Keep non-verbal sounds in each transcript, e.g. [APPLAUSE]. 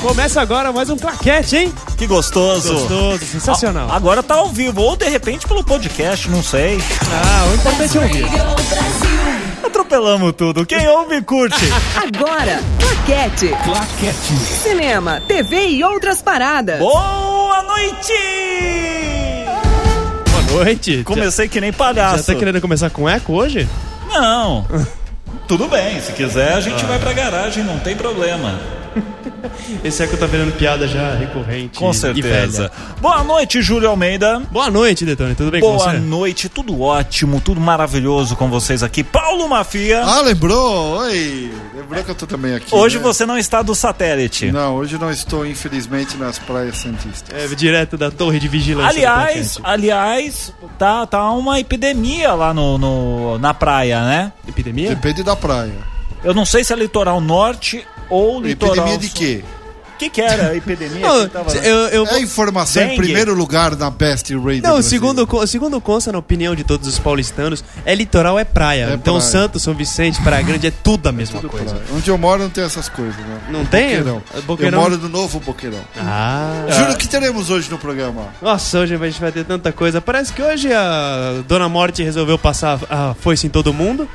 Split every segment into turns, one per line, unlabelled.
Começa agora mais um claquete, hein?
Que gostoso.
Gostoso, sensacional.
A- Agora tá ao vivo, ou de repente pelo podcast, não sei.
Ah, o importante é ouvir.
Atropelamos tudo. Quem ouve,
[LAUGHS]
curte.
Agora, Claquete. Cinema, TV e outras paradas.
Boa noite!
Boa noite.
Comecei que nem
Já,
palhaço.
já tá querendo começar com eco hoje?
Não. Tudo bem, se quiser a
Ah.
gente vai pra garagem, não tem problema.
Esse eco tá virando piada já recorrente.
Com
e
certeza.
velha.
Boa noite, Júlio Almeida.
Boa noite, Detone. Tudo bem com
Boa
você?
noite, tudo ótimo, tudo maravilhoso com vocês aqui. Paulo Mafia,
Ah, lembrou? Oi! Lembrou que eu tô também aqui.
hoje
né?
você não está do satélite.
Não, hoje não estou, infelizmente, nas praias santistas.
É, direto da torre de vigilância.
Aliás,
do Claquete.
aliás, tá, tá uma epidemia lá no, no- na praia, né?
Epidemia?
Depende da praia.
Eu não sei se é litoral norte ou litoral.
Epidemia de
sul.
quê?
O que, que era a epidemia? que tava...
eu, eu,
É a informação
Dengue.
em primeiro lugar na Best Radio.
Não,
Brasil.
segundo, co- segundo consta na opinião de todos os paulistanos, é litoral, é praia.
É
então
praia.
Santos, São Vicente, Praia Grande é tudo a mesma coisa.
Praia. Onde eu moro não tem essas coisas, né?
Não tem?
Boqueirão.
Boqueirão?
Eu moro no novo Boqueirão.
Ah.
Juro que teremos hoje no programa.
Nossa, hoje a gente vai ter tanta coisa. Parece que hoje a Dona Morte resolveu passar a foice em todo mundo.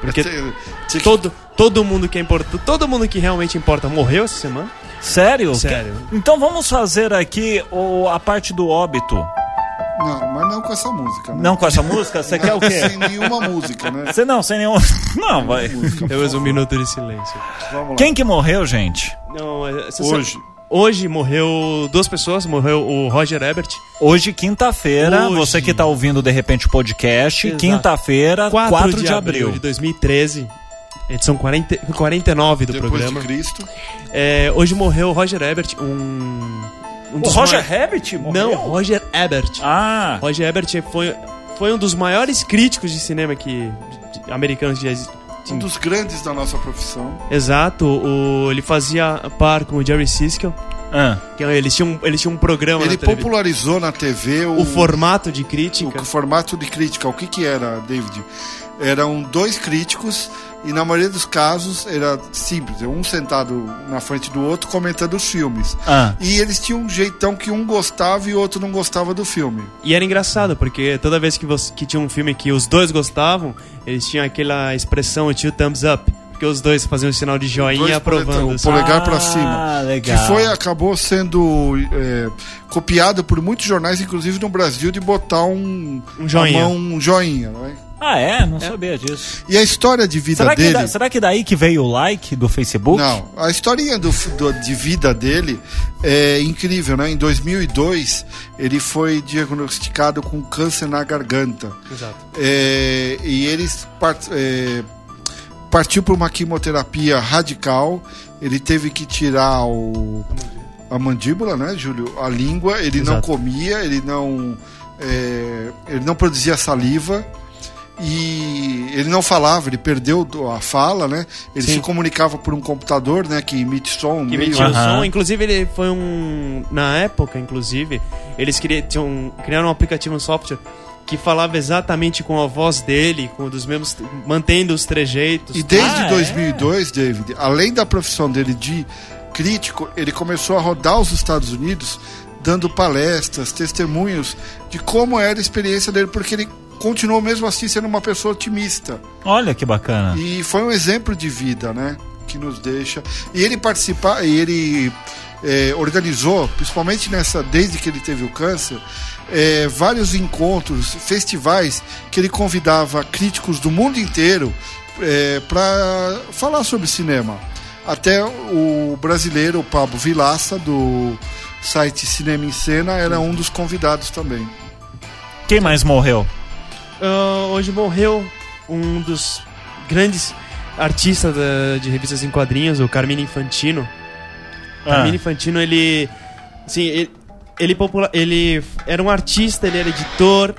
Porque
Tem- tem-
todo, todo mundo que é importa, todo mundo que realmente importa morreu essa semana.
Sério?
Sério.
Que- Então vamos fazer aqui o- a parte do óbito.
Não, mas não com essa música, né?
Não com essa música? Você quer o quê?
Sem nenhuma música, né?
Você não, sem nenhum. [LAUGHS] Não, vai.
Música.
Temos um minuto de silêncio.
Vamos lá.
Quem que morreu, gente?
Não, essa-
Hoje.
Hoje morreu duas pessoas, morreu o Roger Ebert.
Hoje, quinta-feira,
Hoje.
você que tá ouvindo de repente o podcast,
Exato.
quinta-feira, 4, de, abril.
de 2013. Edição 40, 49 do
Depois
programa.
de Cristo. um
É, hoje morreu o Roger Ebert, um. um
O
dos
Roger
mai-
Rabbit morreu?
Não, Roger Ebert.
Ah,
Roger Ebert foi, foi um dos maiores críticos de cinema que de- de- americanos já exi-
Um dos grandes da nossa profissão.
Exato, o- ele fazia par com o Jerry Siskel,
ah.
que eles tinham, eles tinham um programa
Ele
na televisão.
popularizou na TV o,
O formato de
o
crítica.
c- formato de crítica. O que que era, David? Eram dois críticos e na maioria dos casos era simples, um sentado na frente do outro comentando os filmes.
Ah.
E eles tinham um jeitão que um gostava e o outro não gostava do filme.
E era engraçado, porque toda vez que, você, que tinha um filme que os dois gostavam, eles tinham aquela expressão, o tio thumbs up, porque os dois faziam o sinal de joinha
Dois
aprovando.
poletão,
sabe?
polegar pra
Ah,
cima.
legal.
Que foi acabou sendo é, copiado por muitos jornais, inclusive no Brasil, de botar um,
Um joinha.
a mão, um joinha. né?
Ah, é? Não sabia disso.
E a história de vida
Será que, é
dele.
da- será que daí que veio o like do Facebook?
Não, a historinha do, do- de vida dele é incrível, né? Em 2002, ele foi diagnosticado com câncer na garganta.
Exato.
É, e ele part- é, partiu para uma quimioterapia radical. Ele teve que tirar o, a mandíbula, né, Júlio? A língua. Ele não
Exato.
comia, ele não, é, ele não produzia saliva. E ele não falava, ele perdeu do- a fala, né? Ele
Sim.
se comunicava por um computador, né? Que emite som.
que
meio-
emitiu o
Aham.
som. Inclusive, ele foi um. Na época, inclusive, eles cri- tinham- criaram um aplicativo, um software que falava exatamente com a voz dele, com dos mesmos. mantendo os trejeitos.
E desde
Ah, é?
2002, David, além da profissão dele de crítico, ele começou a rodar os Estados Unidos dando palestras, testemunhos de como era a experiência dele, porque ele continuou mesmo assim sendo uma pessoa otimista.
Olha que bacana.
E foi um exemplo de vida, né? Que nos deixa. E ele participar, e ele eh, organizou, principalmente nessa, desde que ele teve o câncer, eh, vários encontros, festivais que ele convidava críticos do mundo inteiro para falar sobre cinema. Até o brasileiro, o Pablo Vilaça, do site Cinema em Cena, era um dos convidados também.
Quem mais morreu?
Ah, hoje morreu um dos grandes artistas da- de revistas em quadrinhos, o Carmine Infantino.
Ah.
Carmine Infantino, ele. Assim, ele, ele, popula- ele era um artista, ele era editor,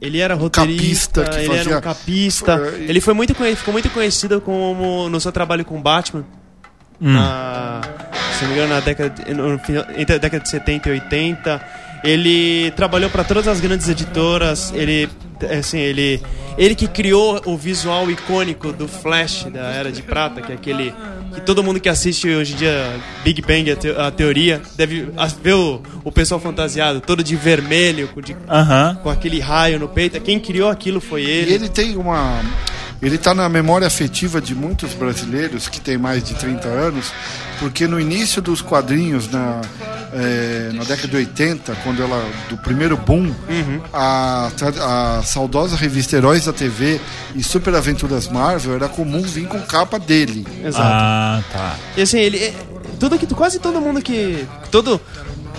ele era roteirista,
Capista que
ele era
fazia-
um capista.
Foi, é, e-
Ele foi muito conhe- ficou muito conhecido como no seu trabalho com Batman.
Hum.
Na, se não me engano, na década de, no final- entre a década de 70 e 80. Ele trabalhou para todas as grandes editoras. Ele, assim, ele Ele que criou o visual icônico do Flash da Era de Prata, que é aquele que todo mundo que assiste hoje em dia Big Bang a, te- a teoria deve a- ver o, o pessoal fantasiado todo de vermelho, com, de-
Aham.
com aquele raio no peito. Quem criou aquilo foi
E ele tem uma. Ele está na memória afetiva de muitos brasileiros que têm mais de 30 anos, porque no início dos quadrinhos, na, eh, na década de 80, quando ela. do primeiro boom, a, tra- a saudosa revista Heróis da TV e Super Aventuras Marvel era comum vir com capa dele.
Exato.
Ah, tá.
E assim, ele. é- Tudo que, quase todo mundo que. Todo,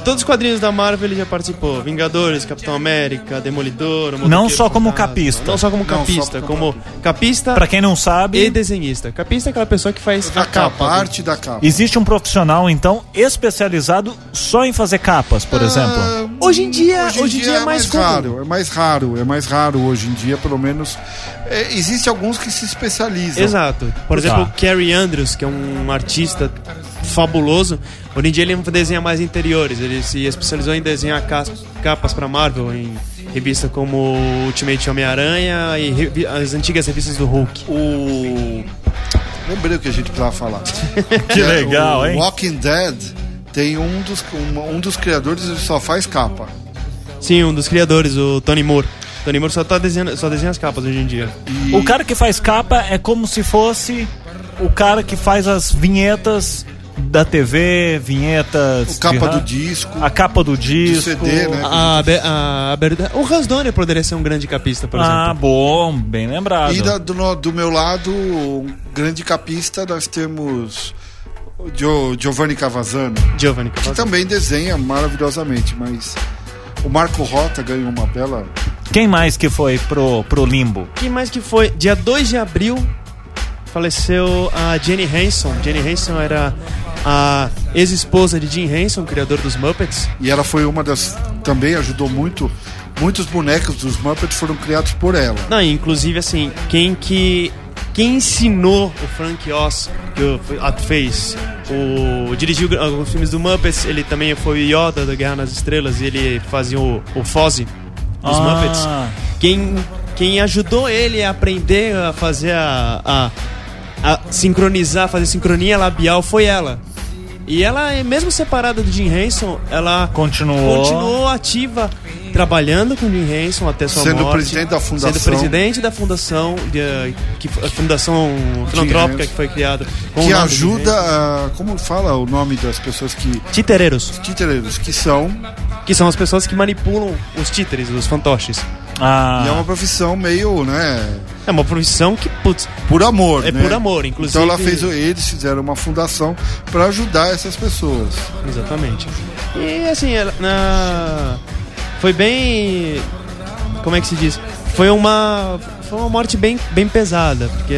todos os quadrinhos da Marvel ele já participou. Vingadores, Capitão América, Demolidor, o
Não
Motoqueiro
só como
Fantasma.
capista.
Não só como
Não, só
capista,
como
como capista
Pra quem não sabe,
e desenhista. Capista é aquela pessoa que faz
A capa, a arte da capa.
existe um profissional, então, especializado só em fazer capas, por
Ah,
exemplo.
Hoje em dia, hoje em dia, é mais, comum.
raro, é mais raro, é mais raro hoje em dia, pelo menos. É, existe alguns que se especializam.
Exato. Por
Tá.
exemplo, o Cary Andrews, que é um artista fabuloso. Hoje em dia ele desenha mais interiores. Ele se especializou em desenhar cas- capas para Marvel em revista como Ultimate Homem-Aranha e revi- as antigas revistas do Hulk.
O. Lembrei o que a gente precisava falar. é
Que legal,
o
hein?
Walking Dead tem um dos, um, um dos criadores, ele só faz capa.
Sim, um dos criadores, o Tony Moore. Tony Moore só, tá desenhando, só desenha as capas hoje em dia.
O cara que faz capa é como se fosse o cara que faz as vinhetas da TV, vinhetas.
O capa
de
do
ra-
disco,
A capa do disco.
CD, né?
A, abe- a, abertura- o Hans Donner poderia ser um grande capista, por
Ah,
exemplo.
bom, bem lembrado.
E da- do, no- do meu lado, um grande capista, nós temos o Gio- Giovanni Cavazzano,
Giovanni.
que também desenha maravilhosamente, mas o Marco Rota ganhou uma bela.
Quem mais que foi pro, pro limbo?
Quem mais que foi? Dia 2 de abril faleceu a Jenny Hanson. Jenny Hanson era a ex-esposa de Jim Henson, criador dos Muppets.
E ela foi uma das. Também ajudou muito. Muitos bonecos dos Muppets foram criados por ela.
Não, e inclusive assim, quem que quem ensinou o Frank Oz que o a- fez o dirigiu gra- alguns filmes do Muppets, ele também foi o Yoda da Guerra nas Estrelas e ele fazia o, o Fozzie dos
Ah.
Muppets. Quem quem ajudou ele a aprender a fazer a, a a sincronizar, fazer sincronia labial foi ela. E ela, mesmo separada do Jim Henson, ela
Continuou.
continuou ativa trabalhando com o Jim Henson até sua
Sendo
morte.
presidente da fundação.
Sendo presidente da fundação, de- que, a fundação filantrópica
Henson.
que foi criada. com o
Que
nome do Jim Henson.
ajuda a. Como fala o nome das pessoas que.
Titereiros,
Titeleiros, que são.
que são as pessoas que manipulam os títeres, os fantoches.
Ah,
E é uma profissão meio, né?
É uma profissão que, putz,
Por amor.
É
né?
por amor, inclusive-
Então ela fez, o- eles fizeram uma fundação para ajudar essas pessoas.
Exatamente. E assim, ela- na... foi bem. Como é que se diz? Foi uma, foi uma morte bem, bem pesada, porque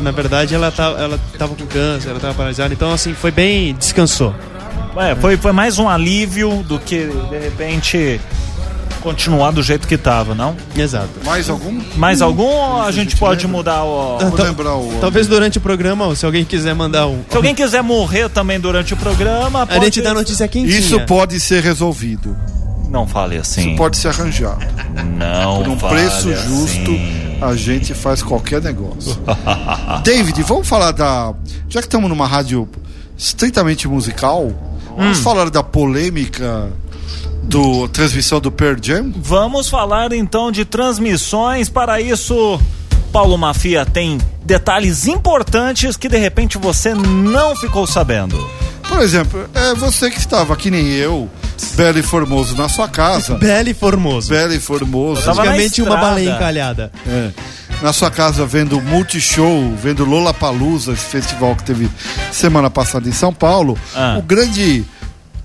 na verdade ela tava, ela tava com câncer, ela tava paralisada, então assim, foi bem. descansou.
é, foi, foi mais um alívio do que, de repente, continuar do jeito que tava, não?
Exato.
Mais algum?
Mais algum ou a gente
gente
pode
lembra?
mudar o.
Vou lembrar o.
Então,
Então,
Talvez durante o programa, se alguém quiser mandar um.
Se alguém quiser morrer também durante o programa,
A
pode...
gente dá notícia quentinha.
Isso pode ser resolvido.
Não fale assim.
Pode se arranjar.
Não
É,
Por um
fale
preço justo,
assim.
a gente faz qualquer negócio. David, vamos falar da. Já que estamos numa rádio estritamente musical,
Hum.
vamos falar da polêmica do transmissão do Pearl Jam?
Vamos falar então de transmissões. Para isso, Paulo Mafia tem detalhes importantes que de repente você não ficou sabendo.
Por exemplo, é você que estava que nem eu, belo e formoso na sua casa,
Belo e formoso.
belo e formoso
tava-
Basicamente uma
estrada.
baleia encalhada.
é, na sua casa vendo multishow, vendo Lola Palusa, esse festival que teve semana passada em São Paulo,
Ah.
o grande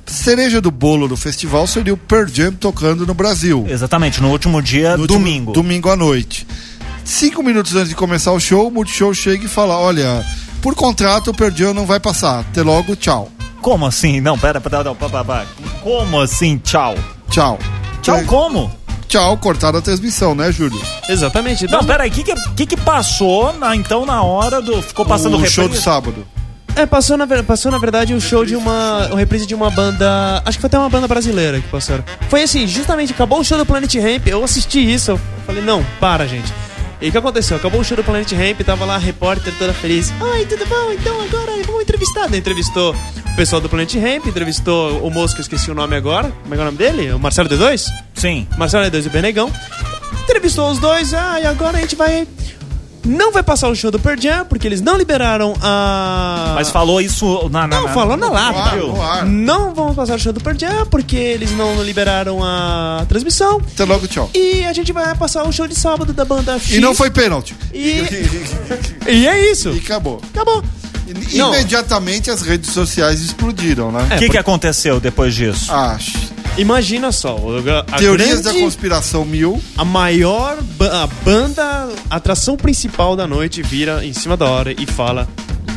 cereja do bolo do festival seria o Pearl Jam tocando no Brasil.
Exatamente, no último dia,
No último-
É, domingo.
domingo à noite. Cinco minutos antes de começar o show, o Multishow chega e fala: Olha, por contrato o Pearl Jam não vai passar. Até logo, tchau.
Como assim? Não, pera, pera, não, pá, pá, pá. Como assim? Tchau.
Tchau.
Tchau
É,
como?
tchau, cortaram a transmissão, né, Júlio?
Exatamente. um
Não, pera aí, o que que, que que passou na- então na hora do... Ficou passando
o
reprise?
show do sábado.
É, passou na, ver- passou na verdade um show de uma. um reprise de uma banda. Acho que foi até uma banda brasileira que passaram. Foi assim, justamente acabou o show do Planet Ramp, eu assisti isso, eu falei, não, para, gente. E o que aconteceu? Acabou o show do Planet Ramp, tava lá a repórter toda feliz. Ai, tudo bom? Então agora vamos entrevistar. Daí Entrevistou o pessoal do Planet Ramp, entrevistou o moço que eu esqueci o nome agora. Como é que é o nome dele? O Marcelo D2?
Sim.
Marcelo D2 e o Benegão. Entrevistou os dois, ah, e agora a gente vai. Não vai passar o show do Pearl Jam, porque eles não liberaram a.
Mas falou isso na. na
Não,
na-
falou na
No ar,
lata.
no ar.
Não vamos passar o show do Pearl Jam, porque eles não liberaram a transmissão.
Até logo, tchau.
E a gente vai passar o show de sábado da banda X.
Tá E não foi pênalti.
E,
E
e é isso.
e acabou.
Acabou.
E-
Não. É.
Imediatamente as redes sociais explodiram, né?
O que, que aconteceu depois disso?
Ah, x-
Imagina só, a, a
teorias
grande,
da conspiração mil.
a maior ba- a banda, a atração principal da noite vira em cima da hora e fala,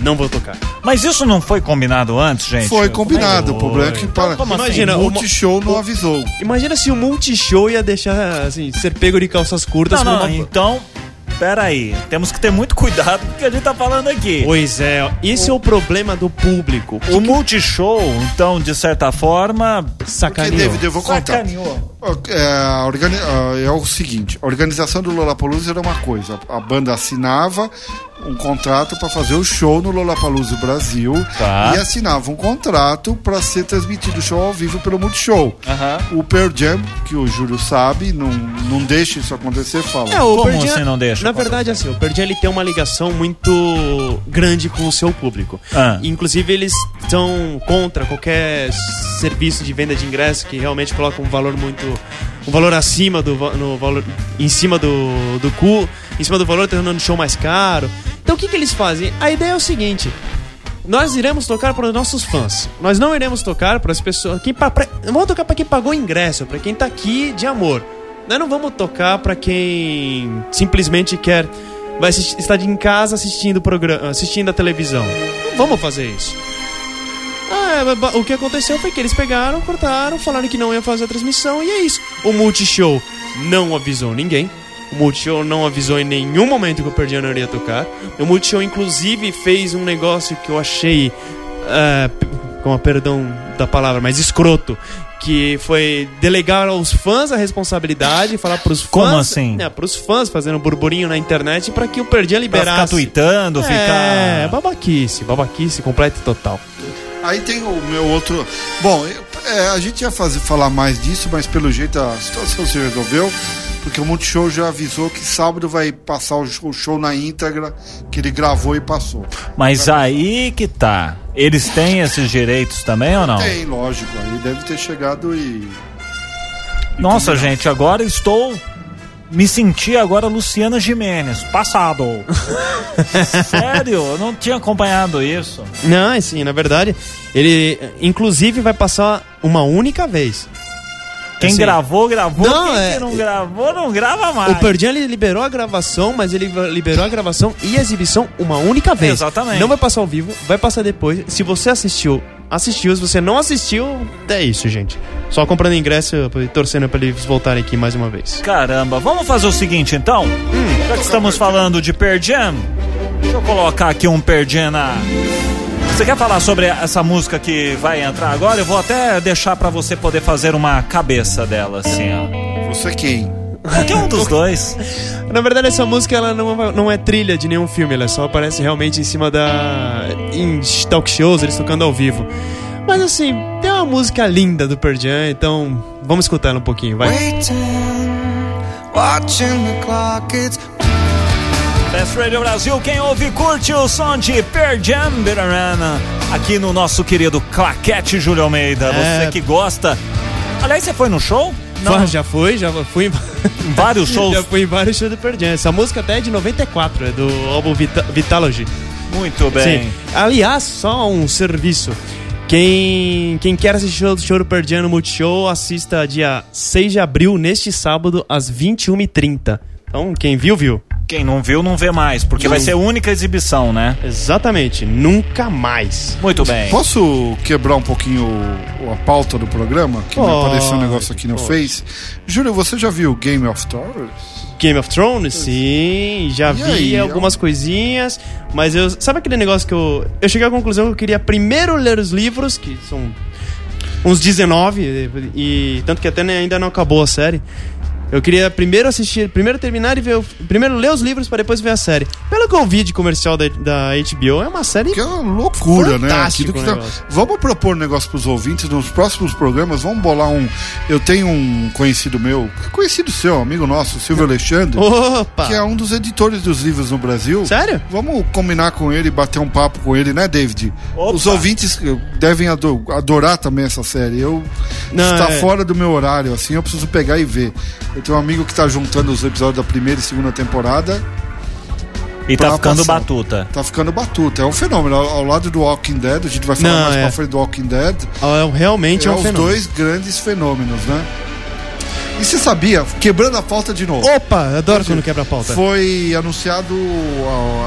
não vou tocar.
Mas isso não foi combinado antes, gente?
Ah. Foi combinado.
Oi.
O problema é que para...
Como assim?
Imagina,
o Multishow não avisou.
Imagina se o Multishow ia deixar, assim, ser pego de calças curtas
Não,
por
não,
uma-
então, peraí. Temos que ter muito cuidado com o que a gente tá falando aqui.
Pois é, ó, esse é o problema do público.
O multishow, então, de certa forma,
Porque,
Sacaneou.
David, eu vou contar. É, a organi- ah, é o seguinte, a organização do Lollapalooza era uma coisa. A banda assinava um contrato para fazer o show no Lollapalooza Brasil
Tá.
e assinava um contrato para ser transmitido o show ao vivo pelo Multishow.
Aham.
O Pearl Jam, que o Júlio sabe, não, não deixa isso acontecer, fala.
É, o
Como
Pearl Jam-
assim não deixa?
Na verdade, assim, o Pearl Jam, ele tem uma ligação muito grande com o seu público.
Ah.
Inclusive, eles são contra qualquer serviço de venda de ingresso que realmente coloca um valor muito. um valor acima do. va- No valor, em cima do, do cu, em cima do valor, tornando o show mais caro. Então, o que, que eles fazem? A ideia é o seguinte. Nós iremos tocar para os nossos fãs. Nós não iremos tocar para as pessoas. Quem pa- pra- não vamos tocar para quem pagou o ingresso, para quem tá aqui de amor. Nós não vamos tocar para quem simplesmente quer vai assistir, estar em casa assistindo o programa, assistindo a televisão. Não vamos fazer isso. Ah, é, ba- o que aconteceu foi que eles pegaram, cortaram, falaram que não ia fazer a transmissão e é isso. O Multishow não avisou ninguém. O Multishow não avisou em nenhum momento que o Pearl Jam não iria tocar. O Multishow, inclusive, fez um negócio que eu achei. ah, p- com a perdão da palavra, mas escroto. Que foi delegar aos fãs a responsabilidade, falar pros fãs.
Como assim?
É, pros fãs fazendo burburinho na internet para que o Pearl Jam
pra ficar
liberasse.
tweetando,
É,
ficar...
babaquice, babaquice completa e total.
Aí tem o meu outro. Bom, é, a gente ia fazer, falar mais disso, mas pelo jeito a situação se resolveu, porque o Multishow já avisou que sábado vai passar o show, o show na íntegra que ele gravou e passou.
Mas aí que tá. Eles têm esses direitos também ou não?
Tem, lógico, aí deve ter chegado e.
Nossa, gente, agora estou... Me senti agora Luciana Jimenez, passado. Sério, eu não tinha acompanhado isso.
Não, é sim, na verdade, ele inclusive vai passar uma única vez.
Quem
Assim,
gravou, gravou.
Não,
Quem
é-
que não gravou, não grava mais.
O Pearl Jam, ele liberou a gravação, mas ele va- liberou a gravação e a exibição uma única vez.
Exatamente.
Não vai passar ao vivo, vai passar depois. Se você assistiu, assistiu. Se você não assistiu, é isso, gente. Só comprando ingresso e torcendo pra eles voltarem aqui mais uma vez.
Caramba, vamos fazer o seguinte então? Já que estamos falando de Per Jam, deixa eu colocar aqui um Per Jam na... Você quer falar sobre essa música que vai entrar agora? Eu vou até deixar pra você poder fazer uma cabeça dela, assim, [LAUGHS] ó.
Você é quem?
Qualquer um dos dois.
Na verdade, essa música ela não, não é trilha de nenhum filme, ela só aparece realmente em cima da. em talk shows, eles tocando ao vivo. Mas assim, tem uma música linda do Pearl Jam, então vamos escutar ela um pouquinho, vai.
Waiting, watching the clock. It's
Best Radio Brasil, quem ouve, curte o som de Per Jam Birarana, aqui no nosso querido Claquete Júlio Almeida.
É.
Você que gosta. Aliás, você foi no show?
Fora, Já foi, já fui em,
Em [LAUGHS] vários shows.
[LAUGHS] já fui em vários shows do Pearl Jam. Essa música até é de 94, é do álbum Vita Vitalogy.
Muito bem.
Sim. Aliás, só um serviço. Quem, quem quer assistir o show do Pearl Jam no Multishow, assista dia 6 de abril, neste sábado, às 21h30. Então, quem viu, viu.
Quem não viu, não vê mais, porque vai ser a única exibição, né?
Exatamente, nunca mais.
Muito bem.
Posso quebrar um pouquinho o- a pauta do programa? Que me
Pode,
apareceu um negócio aqui no
pode.
Face. Júlio, você já viu Game of Thrones?
Game of Thrones, sim, já
E
vi
aí,
algumas coisinhas, mas eu. Sabe aquele negócio que eu. Eu cheguei à conclusão que eu queria primeiro ler os livros, que são uns 19, e, e tanto que até nem- ainda não acabou a série. Eu queria primeiro assistir, primeiro terminar e ver, o, primeiro ler os livros para depois ver a série. Pelo que eu vi de comercial da, da HBO, é uma série
Que é uma loucura, né?
Fantástico
que
o
tá-
negócio.
Vamos propor um negócio pros ouvintes nos próximos programas. Vamos bolar um. Eu tenho um conhecido meu, conhecido seu, amigo nosso, Silvio Alexandre,
Opa!
que é um dos editores dos livros no Brasil.
Sério?
Vamos combinar com ele, bater um papo com ele, né, David?
Opa.
Os ouvintes devem ado- adorar também essa série. Eu
Não,
está
é-
fora do meu horário, assim, eu preciso pegar e ver. Eu tenho um amigo que está juntando os episódios da primeira e segunda temporada.
E tá
Pra
ficando
passar.
batuta.
Tá ficando batuta. É um fenômeno. Ao, ao lado do Walking Dead, a gente vai falar
Não,
mais
é.
pra frente do Walking Dead.
É, realmente
é
é um
os
fenômeno.
dois grandes fenômenos, né? E você sabia, quebrando a pauta de novo,
Opa, adoro quando quebra a pauta.
foi anunciado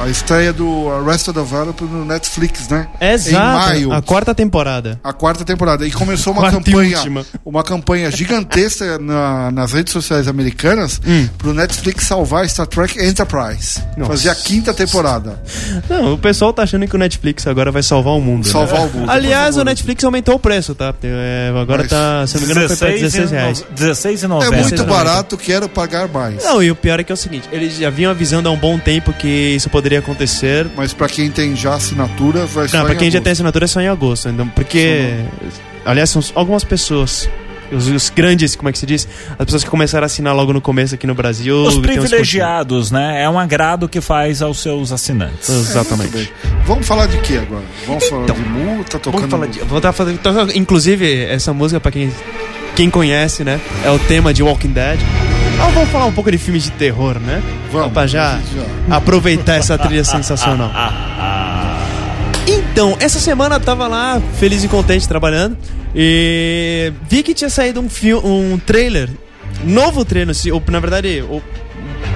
a, a estreia do Arrested Development no Netflix, né? Em maio.
É Exato, a quarta temporada.
A quarta temporada. E começou uma
Quarta e
campanha.
última.
Uma campanha gigantesca na- nas redes sociais americanas pro Netflix salvar Star Trek Enterprise.
Hum. Nossa.
Fazer a quinta temporada.
Não, o pessoal tá achando que o Netflix agora vai salvar o mundo. né?
Salvar o mundo.
Aliás,
Depois eu
o
vou-
Netflix aumentou o preço, tá? É, agora
Mas-
tá, se eu não me engano, foi pra 16 reais.
É
16,90.
muito
Exatamente.
barato, quero pagar mais.
Não, e o pior é que é o seguinte, eles já vinham avisando há um bom tempo que isso poderia acontecer.
Mas pra quem tem já assinatura, vai só
Não, pra
em
quem já tem
agosto.
assinatura é só em agosto, então, porque. Aliás, são algumas pessoas. Os, os grandes, como é que se diz? As pessoas que começaram a assinar logo no começo aqui no Brasil.
Os
tem um uns
privilegiados, né? É um agrado que faz aos seus assinantes.
curtinhos. Exatamente.
Muito bem. Vamos falar de que agora? Vamos falar de Mu, tá tocando.
Então, Vamos falar de. Vou tá fazendo, toca- inclusive, essa música, pra quem, quem conhece, né? É o tema de Walking Dead. Então vamos falar um pouco de filmes de terror, né?
Vamos,
pra já
já.
aproveitar essa trilha sensacional.
[LAUGHS]
Então, essa semana eu tava lá, feliz e contente, trabalhando. E vi que tinha saído um, fio, um trailer, novo trailer, se- ou, na verdade, o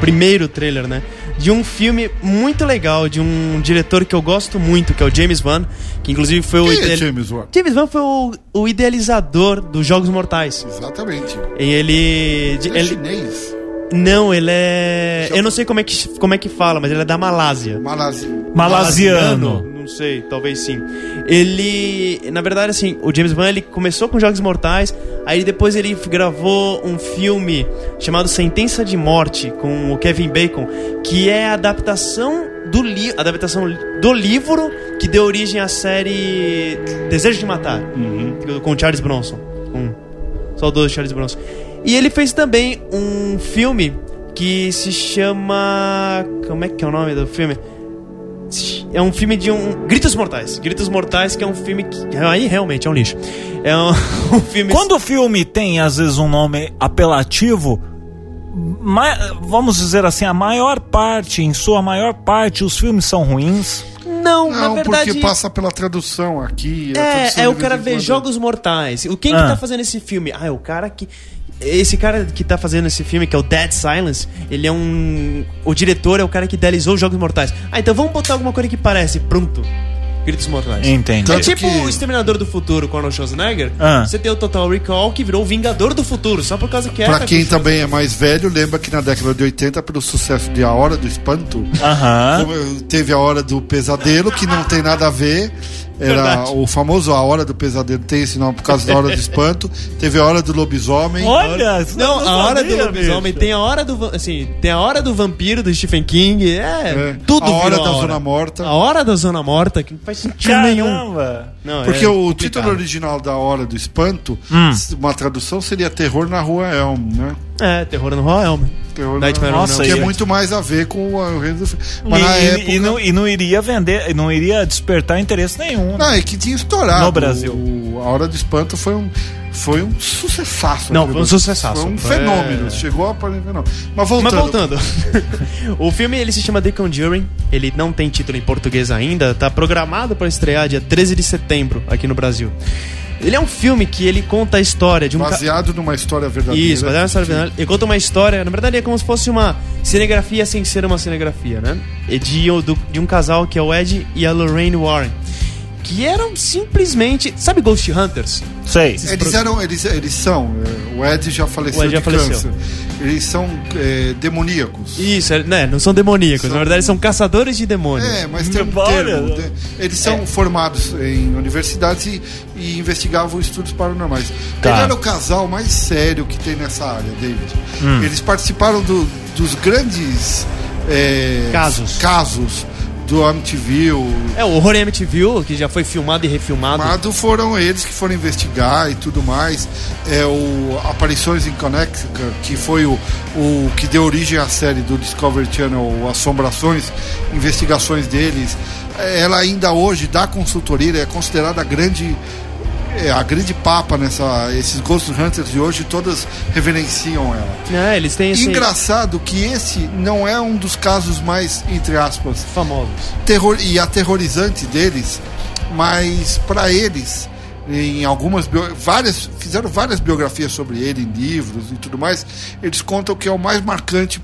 primeiro trailer, né? De um filme muito legal, de um diretor que eu gosto muito, que é o James Wan, que inclusive foi o.
Quem é
ideali-
James Wan?
James Wan foi o, o idealizador dos Jogos Mortais.
Exatamente.
E ele. de-
Ele é
ele-
chinês.
não, ele é. Eu não sei como é, que, como é que fala, mas ele é da Malásia.
Malásia.
Malasiano.
Não sei, talvez sim. Ele, na verdade, assim, o James Wan ele começou com Jogos Mortais, aí depois ele gravou um filme chamado Sentença de Morte com o Kevin Bacon, que é a adaptação do li adaptação do livro que deu origem à série Desejo de Matar com Charles Bronson. Um saudoso Charles Bronson. E ele fez também um filme que se chama. Como é que é o nome do filme? É um filme de um. Gritos Mortais. Gritos Mortais, que é um filme que. Aí realmente é um lixo. É um, [LAUGHS] um filme.
Quando o filme tem, às vezes, um nome apelativo, ma- vamos dizer assim, a maior parte, em sua maior parte, os filmes são ruins.
Não, na
Não,
verdade.
porque passa pela tradução aqui. a
É,
tradução
é o
de
cara
vez em
vê
quando.
Jogos Mortais. O quem
Ah.
que tá fazendo esse filme? Ah, é o cara que esse cara que tá fazendo esse filme, que é o Dead Silence, ele é um o diretor é o cara que idealizou os Jogos Mortais. Ah, então vamos botar alguma coisa que parece, pronto. Gritos Mortais.
Entende?
É
Tanto
tipo
que-
o Exterminador do Futuro com Arnold Schwarzenegger.
Ah.
Você tem o Total Recall que virou o Vingador do Futuro, só por causa que tá era
Pra quem
com o
também é mais velho, lembra que na década de 80, pelo sucesso de A Hora do Espanto,
Ah,
Aham.
como teve a Hora do Pesadelo, que não tem nada a ver. Era
Verdade.
o famoso A Hora do Pesadelo, tem esse nome por causa da Hora do Espanto. Teve a Hora do Lobisomem.
Olha, isso
Não,
eu
a hora
sabia,
do lobisomem
bicho.
tem a hora do va- assim, tem a hora do vampiro do Stephen King, é,
É.
tudo
A Hora
virou
da Zona Morta.
A hora da zona morta que não faz sentido nenhum.
Caramba!
Não,
Porque
é
o
complicado. Hum.
título original da Hora do Espanto, uma tradução seria Terror na Rua Elm, né?
É, Terror no Royal.
Terror
Nightmare
na...
on
Nossa,
Elm
Que é
Street.
muito mais a ver com o Reino do Mas
E,
na
e-
época.
e não, e não iria vender, e não iria despertar interesse nenhum. né?
Não, é que tinha estourado.
No Brasil.
O- a Hora do Espanto foi um, foi um sucessaço.
Não,
aquele
foi um
Brasil.
sucessaço.
Foi um
Foi-
fenômeno. Chegou a parecer fenômeno. Mas voltando.
Mas voltando. [LAUGHS] o filme ele se chama The Conjuring. Ele não tem título em português ainda. Tá programado para estrear dia 13 de setembro aqui no Brasil. Ele é um filme que ele conta a história de um ca-
Baseado numa história verdadeira.
Isso, baseado na história verdadeira. Ele conta uma história, na verdade é como se fosse uma cinegrafia sem ser uma cinegrafia, né? E De, do- de um casal que é o Ed e a Lorraine Warren. Que eram simplesmente. Sabe Ghost Hunters?
Sei.
Eles eram, eles, eles são. é, O Ed já faleceu
O Ed já
de
faleceu.
câncer. Eles são é, demoníacos.
Isso, é- né? Não são demoníacos,
São-
na verdade são caçadores de demônios.
É, mas tem um
Olha.
termo. né? Eles são formados em universidades e, e investigavam estudos paranormais.
Tá.
Ele era o casal mais sério que tem nessa área, David. Eles participaram do- dos grandes é,
Casos.
casos do Amityville,
É, o Horror MTV, que já foi filmado e refilmado.
Amado foram eles que foram investigar e tudo mais. É o Aparições em Connecticut, que foi o, o que deu origem à série do Discovery Channel, Assombrações, investigações deles. É, Ela ainda hoje dá consultoria, é considerada a grande é, a grande papa nessa esses Ghost Hunters de hoje, todas reverenciam ela.
É, eles têm assim,
Engraçado que esse não é um dos casos mais entre aspas
famosos.
terror e aterrorizante deles, mas para eles em algumas bio- várias fizeram várias biografias sobre ele em livros e tudo mais, eles contam que é o mais marcante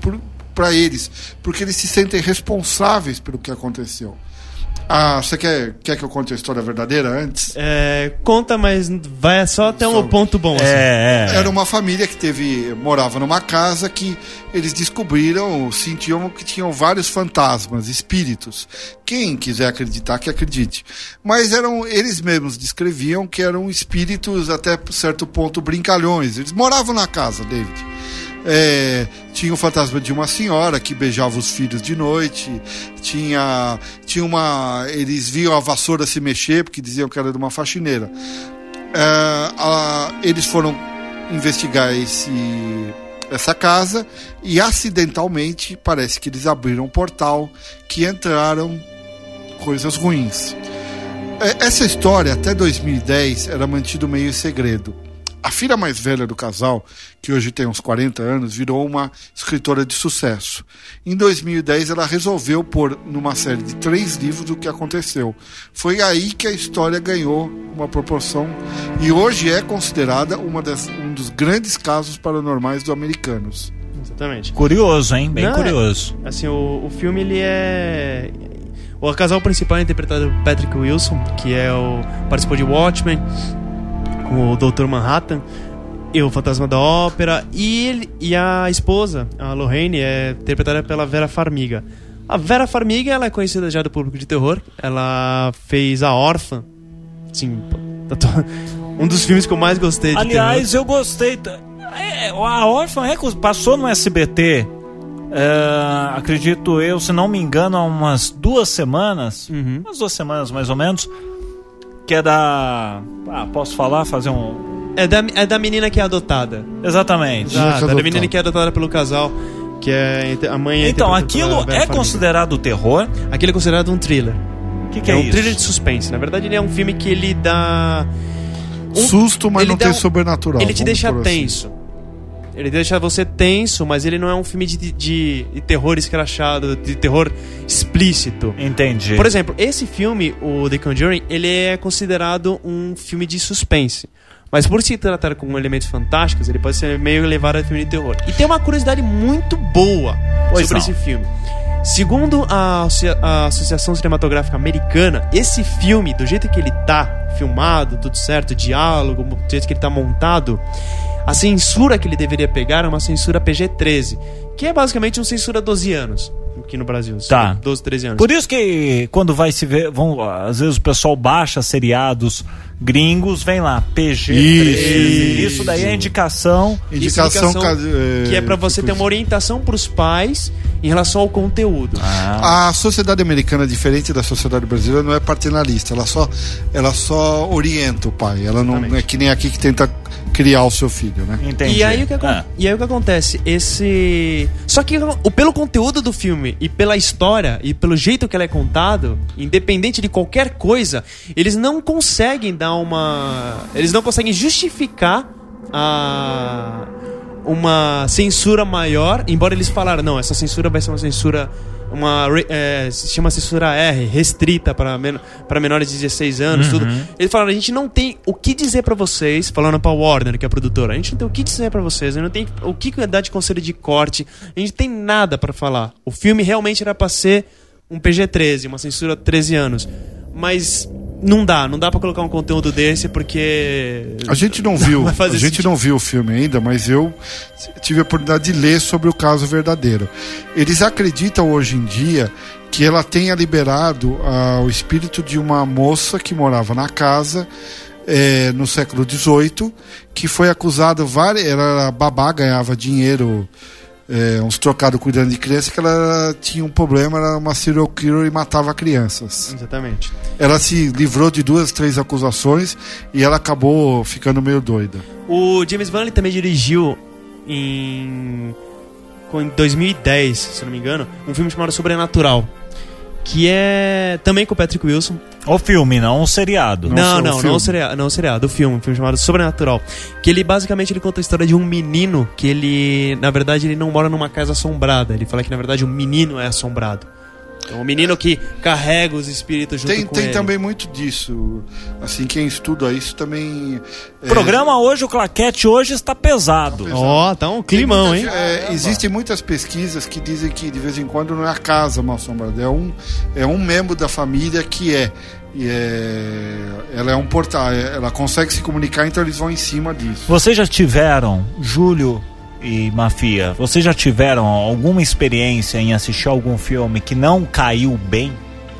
para eles, porque eles se sentem responsáveis pelo que aconteceu. Ah, você quer, quer que eu conte a história verdadeira antes?
É, conta, mas vai só até um
Só-
ponto bom. assim.
É, é.
Era uma família que teve morava numa casa que eles descobriram, sentiam que tinham vários fantasmas, espíritos. Quem quiser acreditar, que acredite. Mas eram eles mesmos descreviam que eram espíritos até certo ponto brincalhões. Eles moravam na casa, David. É, tinha o fantasma de uma senhora que beijava os filhos de noite. Tinha, tinha uma. Eles viam a vassoura se mexer porque diziam que era de uma faxineira. É, a- eles foram investigar esse, essa casa e acidentalmente parece que eles abriram um portal que entraram coisas ruins. É, Essa história, até 2010, era mantida meio em segredo. A filha mais velha do casal, que hoje tem uns 40 anos, virou uma escritora de sucesso. Em 2010, ela resolveu pôr numa série de três livros o que aconteceu. Foi aí que a história ganhou uma proporção e hoje é considerada uma das, um dos grandes casos paranormais dos americanos.
Exatamente.
Curioso, hein? Bem
Não, é-
curioso.
Assim, o, o filme ele é. O casal principal é interpretado por Patrick Wilson, que é o. participou de Watchmen, com o Dr. Manhattan, e o Fantasma da Ópera, e, ele, e a esposa, a Lorraine, é interpretada pela Vera Farmiga. A Vera Farmiga ela é conhecida já do público de terror, ela fez A Órfã, assim, da to- [LAUGHS] um dos filmes que eu mais gostei de terror.
Aliás, eu gostei. t- é, a Orphan é que passou no SBT. é, acredito eu, se não me engano, há umas duas semanas.
Uhum.
Umas duas semanas mais ou menos. Que é da. Ah, posso falar? Fazer um.
É da, é da menina que é adotada.
Exatamente.
Já
Da,
que
da
adotou.
menina que é adotada pelo casal, que é inte- a mãe é
Então,
interpretada pela
aquilo
Vera
é
Farmiga.
considerado terror.
Aquilo é considerado um thriller.
O que, que é,
um
isso?
thriller de suspense. Na verdade, ele é um filme que ele dá. Um-
Susto, mas
ele
não
dá
tem
um-
sobrenatural.
ele te
vamos
deixa
por assim.
tenso. Ele deixa você tenso, mas ele não é um filme de, de- de terror escrachado, de terror explícito.
Entendi.
Por exemplo, esse filme, o The Conjuring, ele é considerado um filme de suspense. Mas por se tratar com elementos fantásticos, ele pode ser meio levado a filme de terror. E tem uma curiosidade muito boa
Pois
sobre
não.
esse filme. Segundo a, Associa- a Associação Cinematográfica Americana, esse filme, do jeito que ele tá filmado, tudo certo, diálogo, do jeito que ele tá montado, a censura que ele deveria pegar é uma censura PG-13, que é basicamente um censura 12 anos, aqui no Brasil.
Tá.
12, 13 anos.
Por isso que quando vai se ver, vão, às vezes o pessoal baixa seriados gringos, vem lá, PG. Isso,
Isso.
isso daí é indicação.
Indicação,
Indicação
ca- é,
que é pra você
tipo
ter uma orientação pros pais em relação ao conteúdo.
Ah,
A sociedade americana, é diferente da sociedade brasileira, não é paternalista. Ela só, ela só orienta o pai. Ela não é que nem aqui que tenta criar o seu filho, né?
Entendi.
E aí, o que acon-
Ah,
e aí o que acontece? Esse. Só que o, pelo conteúdo do filme e pela história e pelo jeito que ela é contado, independente de qualquer coisa, eles não conseguem dar uma. Eles não conseguem justificar a. Uma censura maior, embora eles falaram, não, essa censura vai ser uma censura. Uma. re- é, se chama censura R, restrita para men pra menores de 16 anos, tudo. Eles falaram, a gente não tem o que dizer pra vocês, falando pra Warner, que é a produtora, a gente não tem o que dizer pra vocês, a gente não tem o que dar de conselho de corte, a gente tem nada pra falar. O filme realmente era pra ser um PG-13, uma censura 13 anos. Mas Não dá, não dá pra colocar um conteúdo desse porque.
A gente não viu,
vai
a
fazer
gente
sentido.
não viu o filme ainda, mas eu tive a oportunidade de ler sobre o caso verdadeiro. Eles acreditam hoje em dia que ela tenha liberado ah, o espírito de uma moça que morava na casa eh, no século XVIII, que foi acusada várias, ela era babá, ganhava dinheiro. eh, uns trocados cuidando de criança que ela tinha um problema, era uma serial killer e matava crianças
Exatamente.
ela se livrou de duas, três acusações e ela acabou ficando meio doida.
O James Vanley também dirigiu em. com- em 2010, se não me engano, um filme chamado Sobrenatural. Que é também com o Patrick Wilson.
O filme, não o seriado.
Não,
Não,
o
não,
filme.
não, seria, não seria do filme, um filme chamado Sobrenatural, que ele basicamente ele conta a história de um menino que ele, na verdade, ele não mora numa casa assombrada. Ele fala que na verdade o menino é assombrado. Então, o menino que carrega os espíritos junto
Tem,
com
tem
ele.
também muito disso. Assim, quem estuda isso também. é,
Programa hoje, o claquete hoje está pesado.
Ó, tá um
tem
climão, hein?
muita- é, existem muitas pesquisas que dizem que de vez em quando não é a casa mal assombrada, é um, é um membro da família que é. E é, ela é um portal, ela consegue se comunicar, então eles vão em cima disso.
Vocês já tiveram, Júlio e Mafia, vocês já tiveram alguma experiência em assistir algum filme que não caiu bem?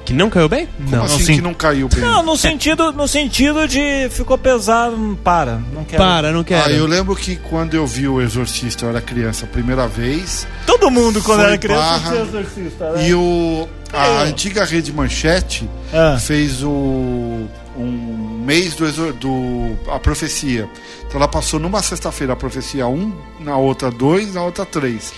Que não caiu bem?
Como
Não.
assim
sim.
que não caiu bem?
Não, no sentido, no sentido de ficou pesado, hum, para, não quero.
Para, não quero.
Ah, eu lembro que quando eu vi o Exorcista, eu era criança a primeira vez,
Todo mundo quando
Foi
era criança
barra.
tinha exorcista, né?
E o,
É.
a antiga rede Manchete
Ah.
fez o, um mês do, exor- do a profecia. Então ela passou numa sexta-feira a profecia 1, na outra 2, na outra 3.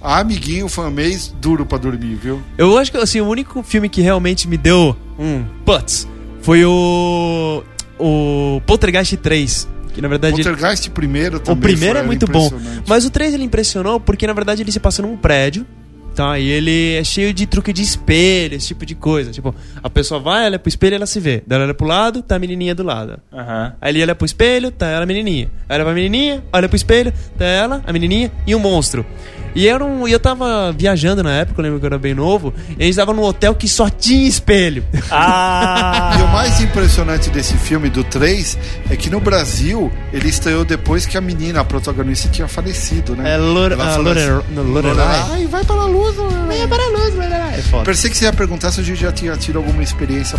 Amiguinho, foi um mês duro pra dormir, viu?
Eu acho que assim, o único filme que realmente me deu um putz foi o. O Poltergeist 3. Que na verdade. ele-
Poltergeist primeiro
O
também.
primeiro
foi-
é
era
muito bom.
impressionante.
Mas o 3 ele impressionou porque na verdade ele se passa num prédio. Tá, e ele é cheio de truque de espelho, esse tipo de coisa. Tipo, a pessoa vai, olha pro espelho e ela se vê. Daí ela olha pro lado, tá a menininha do lado.
Aham.
Aí ele olha pro espelho, tá ela a menininha. Aí olha pra menininha, olha pro espelho, tá ela, a menininha e um monstro. E era um, e eu tava viajando na época, eu lembro que eu era bem novo, e a gente tava num hotel que só tinha
[LAUGHS]
espelho.
Ah,
E o mais impressionante desse filme, do 3, é que no Brasil ele estreou depois que a menina, a protagonista, tinha falecido, né?
É Lore,
Ela
a
falou
Lore,
assim,
no- Lorelai.
Ai, vai para a luz, Lorelai.
É foda.
Pensei que você ia perguntar se a gente já tinha tido alguma experiência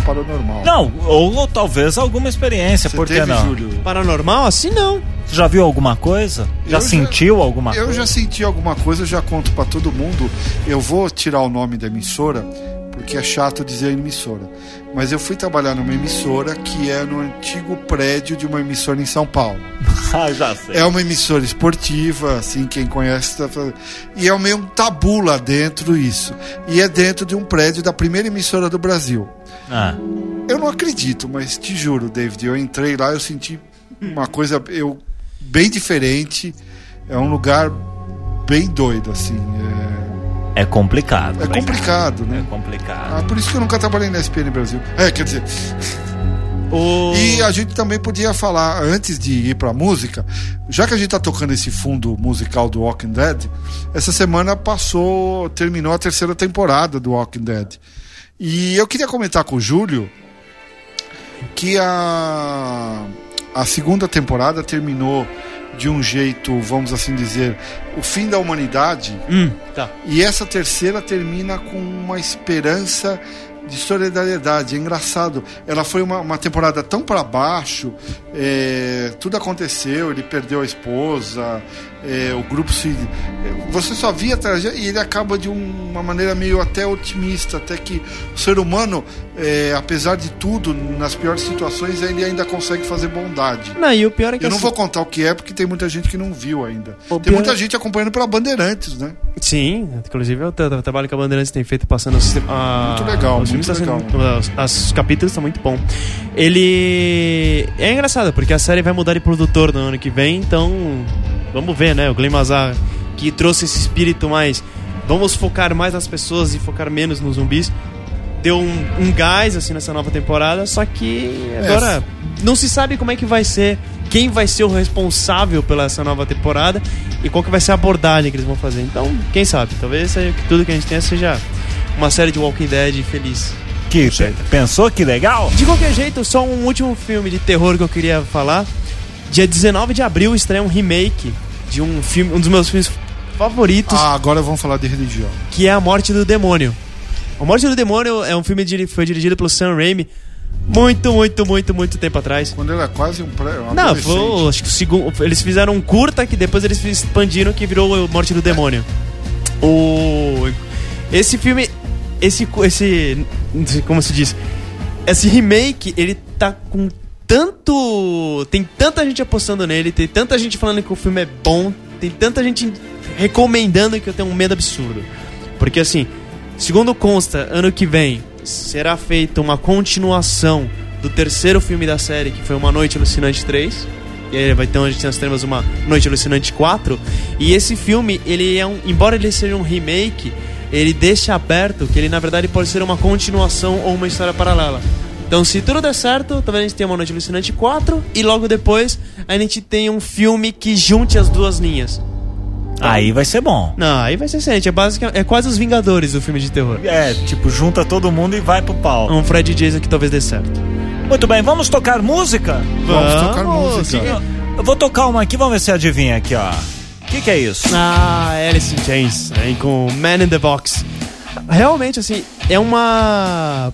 [LAUGHS]
paranormal.
não, ou, talvez alguma experiência,
você
por que
teve,
não?
Júlio?
Paranormal? Assim não.
Você já viu alguma coisa? Já
Eu já-
sentiu alguma
Eu
coisa?
já senti alguma coisa, eu já conto pra todo mundo. Eu vou tirar o nome da emissora, porque é chato dizer emissora. Mas eu fui trabalhar numa emissora que é no antigo prédio de uma emissora em São Paulo.
[LAUGHS] Ah, já sei.
É uma emissora esportiva, assim, quem conhece. tá falando. E é meio um tabu lá dentro isso. E é dentro de um prédio da primeira emissora do Brasil.
Ah.
Eu não acredito, mas te juro, David, eu entrei lá, eu senti uma coisa eu, bem diferente. É um lugar bem doido, assim.
É complicado.
É, é
né?
complicado,
É
né?
complicado.
Ah, por isso que eu nunca trabalhei na SPN Brasil. É, quer dizer.
O...
E a gente também podia falar, antes de ir pra música, já que a gente tá tocando esse fundo musical do Walking Dead, essa semana passou, terminou a terceira temporada do Walking Dead. E eu queria comentar com o Júlio que a, a segunda temporada terminou de um jeito, vamos assim dizer, o fim da humanidade.
Hum, tá.
E essa terceira termina com uma esperança de solidariedade. É engraçado. Ela foi uma, uma temporada tão para baixo, é, tudo aconteceu, ele perdeu a esposa, é, o grupo se. é, Você só via tragédia e ele acaba de um- uma maneira meio até otimista, até que o ser humano, é, apesar de tudo, nas piores situações, ele ainda consegue fazer bondade.
Não, e o pior é que
Eu não
assim-
vou contar o que é, porque tem muita gente que não viu ainda.
O
Tem
pior-
muita gente acompanhando pela Bandeirantes, né?
Sim, inclusive é o, tra- o trabalho que a Bandeirantes tem feito passando os, a,
Muito legal,
os filmes
muito
tá sendo
legal.
muito- os- as- os capítulos estão muito bom. Ele é engraçado porque a série vai mudar de produtor no ano que vem, então vamos ver, né? O Glenn Mazar que trouxe esse espírito mais vamos focar mais nas pessoas e focar menos nos zumbis. Deu um, um gás assim nessa nova temporada, só que agora não se sabe como é que vai ser, quem vai ser o responsável pela essa nova temporada e qual que vai ser a abordagem que eles vão fazer. Então, quem sabe? Talvez seja que tudo que a gente tenha seja uma série de Walking Dead feliz.
Ah,
Que pensou que legal?
De qualquer jeito, só um último filme de terror que eu queria falar. Dia 19 de abril estreia um remake de um filme, um dos meus filmes favoritos,
Ah, agora vamos falar de religião.
que é A Morte do Demônio. A Morte do Demônio é um filme que foi dirigido pelo Sam Raimi muito, muito, muito, muito tempo atrás.
Quando era quase um pré. um
Não,
adolescente.
foi, o- acho que o segundo. Eles fizeram um curta que depois eles expandiram que virou Morte do Demônio. O. Esse filme. Esse. cu- esse como se diz? Esse remake, ele tá com tanto. Tem tanta gente apostando nele, tem tanta gente falando que o filme é bom, tem tanta gente recomendando que eu tenho um medo absurdo. Porque assim, segundo consta, ano que vem será feita uma continuação do terceiro filme da série, que foi Uma Noite Alucinante 3. E aí vai ter um, onde nós temos uma Noite Alucinante 4. E esse filme, ele é um. Embora ele seja um remake, ele deixa aberto que ele na verdade pode ser uma continuação ou uma história paralela. Então, se tudo der certo, talvez a gente tenha uma Noite Alucinante 4 e logo depois a gente tenha um filme que junte as duas linhas.
Aí vai ser bom.
Não, aí vai ser excelente. É, basicamente, é quase os Vingadores do filme de terror.
É, tipo, junta todo mundo e vai pro pau.
Um Fred Jason que talvez dê certo.
Muito bem, vamos tocar música?
Vamos tocar música.
siga-
Eu vou tocar uma aqui, vamos ver se adivinha aqui, ó. O que, que é isso?
Ah, Alice in Chains, aí com Man in the Box. Realmente, assim, é uma.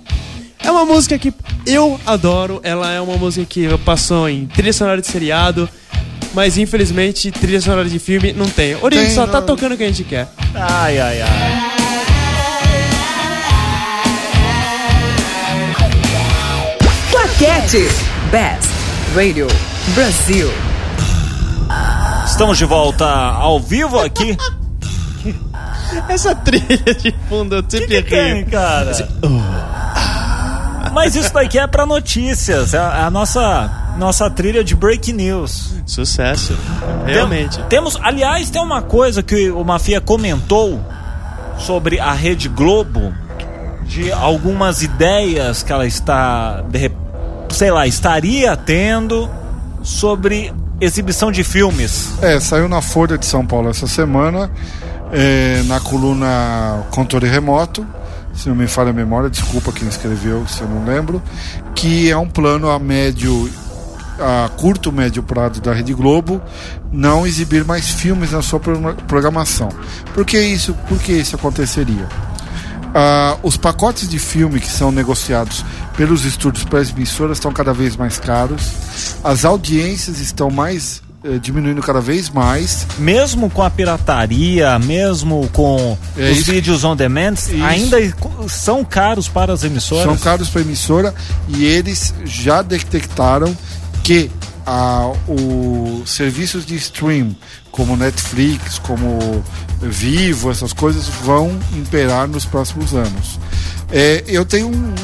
É uma música que eu adoro. Ela é uma música que passou em trilha sonora de seriado. Mas infelizmente, trilha sonora de filme não tem. Hoje a gente
Tem,
só tá
não.
tocando o que a gente quer.
Ai, ai, ai.
Claquete. Best Radio Brasil.
Estamos de volta ao vivo aqui.
Essa trilha de fundo eu
O que,
sempre
que tem,
rio.
cara? [LAUGHS] Mas isso daqui é pra notícias. É a nossa, nossa trilha de break news.
Sucesso.
Tem-
Realmente.
Temos, aliás, tem uma coisa que o Mafia comentou sobre a Rede Globo, de algumas ideias que ela está, de rep- sei lá, estaria tendo sobre exibição de filmes.
É, saiu na Folha de São Paulo essa semana, é, na coluna Controle Remoto, se não me falha a memória, desculpa quem escreveu, se eu não lembro, que é um plano a médio, a curto, médio prazo da Rede Globo, não exibir mais filmes na sua pro- programação. Por que isso, por que isso aconteceria? Ah, os pacotes de filme que são negociados pelos estúdios para as emissoras estão cada vez mais caros. As audiências estão mais eh, diminuindo cada vez mais.
Mesmo com a pirataria, mesmo com
É
os
isso.
vídeos on demand, ainda são caros para as
São
emissoras.
caros para a emissora e eles já detectaram que ah, os serviços de stream, como Netflix, como Vivo, essas coisas, vão imperar nos próximos anos. É, eu tenho um,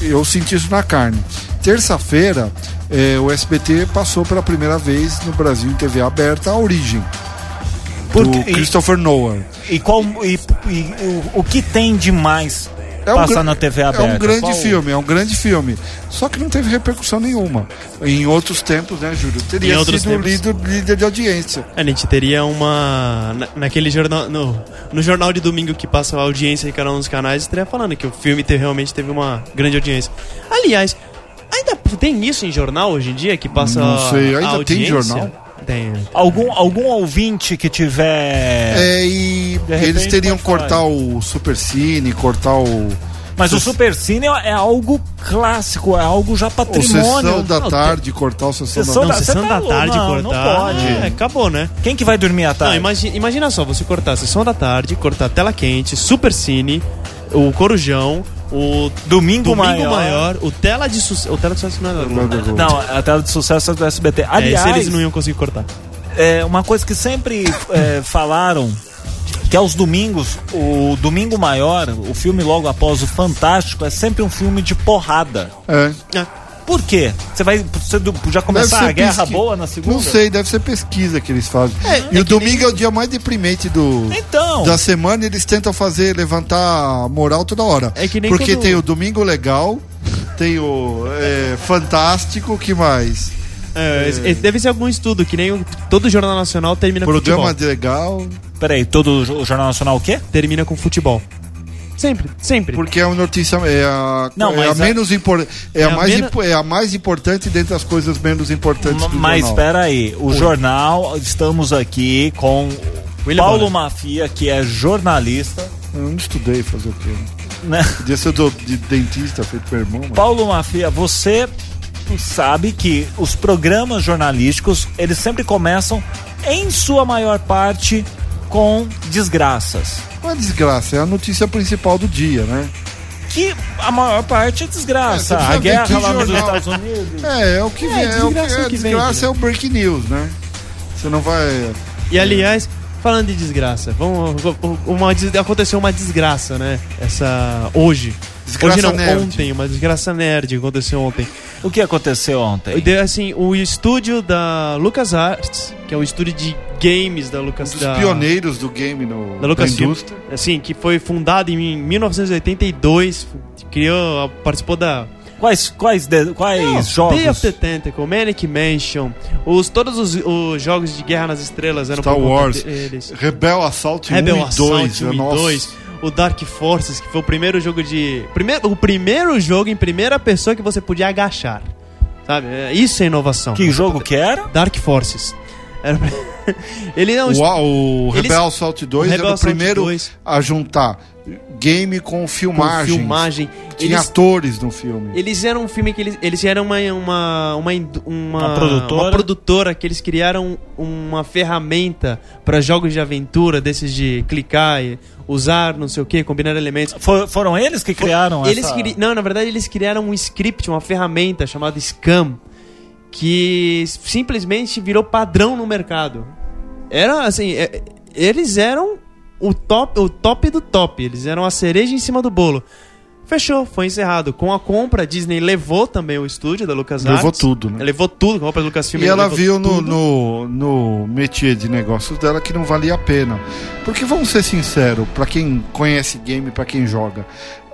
eu senti isso na carne. Terça-feira, é, o SBT passou pela primeira vez no Brasil em TV aberta a origem
Porque-
do Christopher Nolan.
E, qual, e, e o, o que tem de mais
É um
passar
gran-
na TV aberta?
É um grande
Qual-
filme, é um grande filme. Só que não teve repercussão nenhuma. Em outros tempos, né, Júlio?
Em
Teria
outros
sido
tempos.
líder, líder de audiência.
A gente teria uma. na- naquele jornal. No, no jornal de domingo que passa a audiência em cada um dos canais, estaria falando que o filme te- realmente teve uma grande audiência. Aliás, ainda tem isso em jornal hoje em dia que passa
Não
a-
sei,
a
ainda tem
audiência?
jornal?
Tem.
Algum, algum ouvinte que tiver.
É, e
repente,
eles teriam que
pode
cortar o Supercine, cortar o.
Mas o
Sus-
Supercine é algo clássico, é algo já
o
patrimônio.
Sessão da
Não,
Tarde, cortar o Sessão,
Sessão
da
Não,
da-
Tarde.
você
sessão
tá
da
louco,
tarde
não, não
cortar.
pode.
É, acabou, né?
tem- Quem que vai dormir
Tá.
à
Não,
tarde?
imagina, imagina só, você cortar sessão da tarde, cortar tela quente, supercine, o corujão, o.
Domingo,
Domingo
maior.
maior, o tela de sucesso. O tela de sucesso não é da Globo.
Não, a tela de sucesso é do SBT.
É, esse
Aliás,
eles não iam conseguir cortar.
é, uma coisa que sempre é, falaram que aos domingos, o Domingo Maior, o filme logo após o Fantástico, é sempre um filme de porrada.
É.
Por quê? Você vai você do- já
Deve
começar
ser
a guerra
pesqui-
boa na segunda?
Não sei, deve ser pesquisa que eles fazem. e o domingo é o dia mais deprimente do.
Então,
da semana eles tentam fazer levantar a moral toda hora.
É que nem
Porque
quando-
tem o Domingo Legal, tem o é, Fantástico, que mais?
É, esse- esse deve ser algum estudo, que nem o- todo jornal nacional termina com
Programa
futebol.
de legal.
peraí, todo o Jornal Nacional o quê?
Termina com futebol. Sempre, sempre.
Porque é uma notícia é a,
Não,
é a
mas a-
menos importante, é,
é
a
a
mais
mena-
impo- é a mais importante dentre as coisas menos importantes do
Mas
jornal.
espera aí, o jornal, estamos aqui com o
William
Paulo
Bonner.
Mafia, que é jornalista,
Eu não estudei fazer o quê? né?
né?
Podia ser do, de dentista feito pelo irmão. Mas...
Paulo Mafia, você sabe que os programas jornalísticos, eles sempre começam em sua maior parte com desgraças.
Uma desgraça, é a notícia principal do dia, né?
Que a maior parte é desgraça.
É, você
a
precisa ver
guerra
que
lá nos
jornal.
Estados Unidos.
É, é o que
É,
vem. É, o que,
desgraça é
é,
o que vem,
desgraça é o break news, né? Você não vai.
E aliás, falando de desgraça, vamos, uma, des- aconteceu uma desgraça, né? Essa. hoje.
Desgraça
hoje não,
nerd.
ontem, uma desgraça nerd aconteceu ontem.
O que aconteceu ontem?
De- Assim, o estúdio da LucasArts, que é o estúdio de games da
Um
Lucas
dos
da,
pioneiros do game no,
da Lucas
na indústria.
assim, que foi fundado em 1982, criou, participou da
Quais, quais, de- quais
Não,
jogos?
Day of the Tentacle, Manic Mansion, os, todos os, os jogos de Guerra nas Estrelas eram
Star
por conta
Wars.
deles.
Rebel Assault 1
Rebel
e 2.
Assault 1 e
nossa.
2, o Dark Forces, que foi o primeiro jogo de... Primeiro, o primeiro jogo em primeira pessoa que você podia agachar, sabe? É, Isso é inovação.
Que jogo que era?
Dark Forces. Era pra- [LAUGHS] Ele é um...
O, a- o
Eles-
Rebel Assault 2
Rebel
era o
Assault
primeiro
2.
a juntar game com
com
filmagem.
filmagem.
Tinha
Eles
atores no filme.
Eles eram um filme que eles, eles eram uma uma uma, ind- uma,
Uma produtora.
uma produtora que eles criaram uma ferramenta para jogos de aventura desses de clicar e usar não sei o que combinar elementos.
For- foram eles que criaram
eles
essa...
cri- não na verdade eles criaram um script uma ferramenta chamada Scam que s- simplesmente virou padrão no mercado. Era assim é- eles eram o top o top do top eles eram a cereja em cima do bolo. Fechou, foi encerrado. Com a compra, a Disney levou também o estúdio da LucasArts.
Levou tudo, né?
Levou tudo, com a compra do Lucasfilm.
E ela
levou
viu no,
tudo.
no, no métier de negócios dela que não valia a pena. Porque vamos ser sinceros, pra quem conhece game, pra quem joga,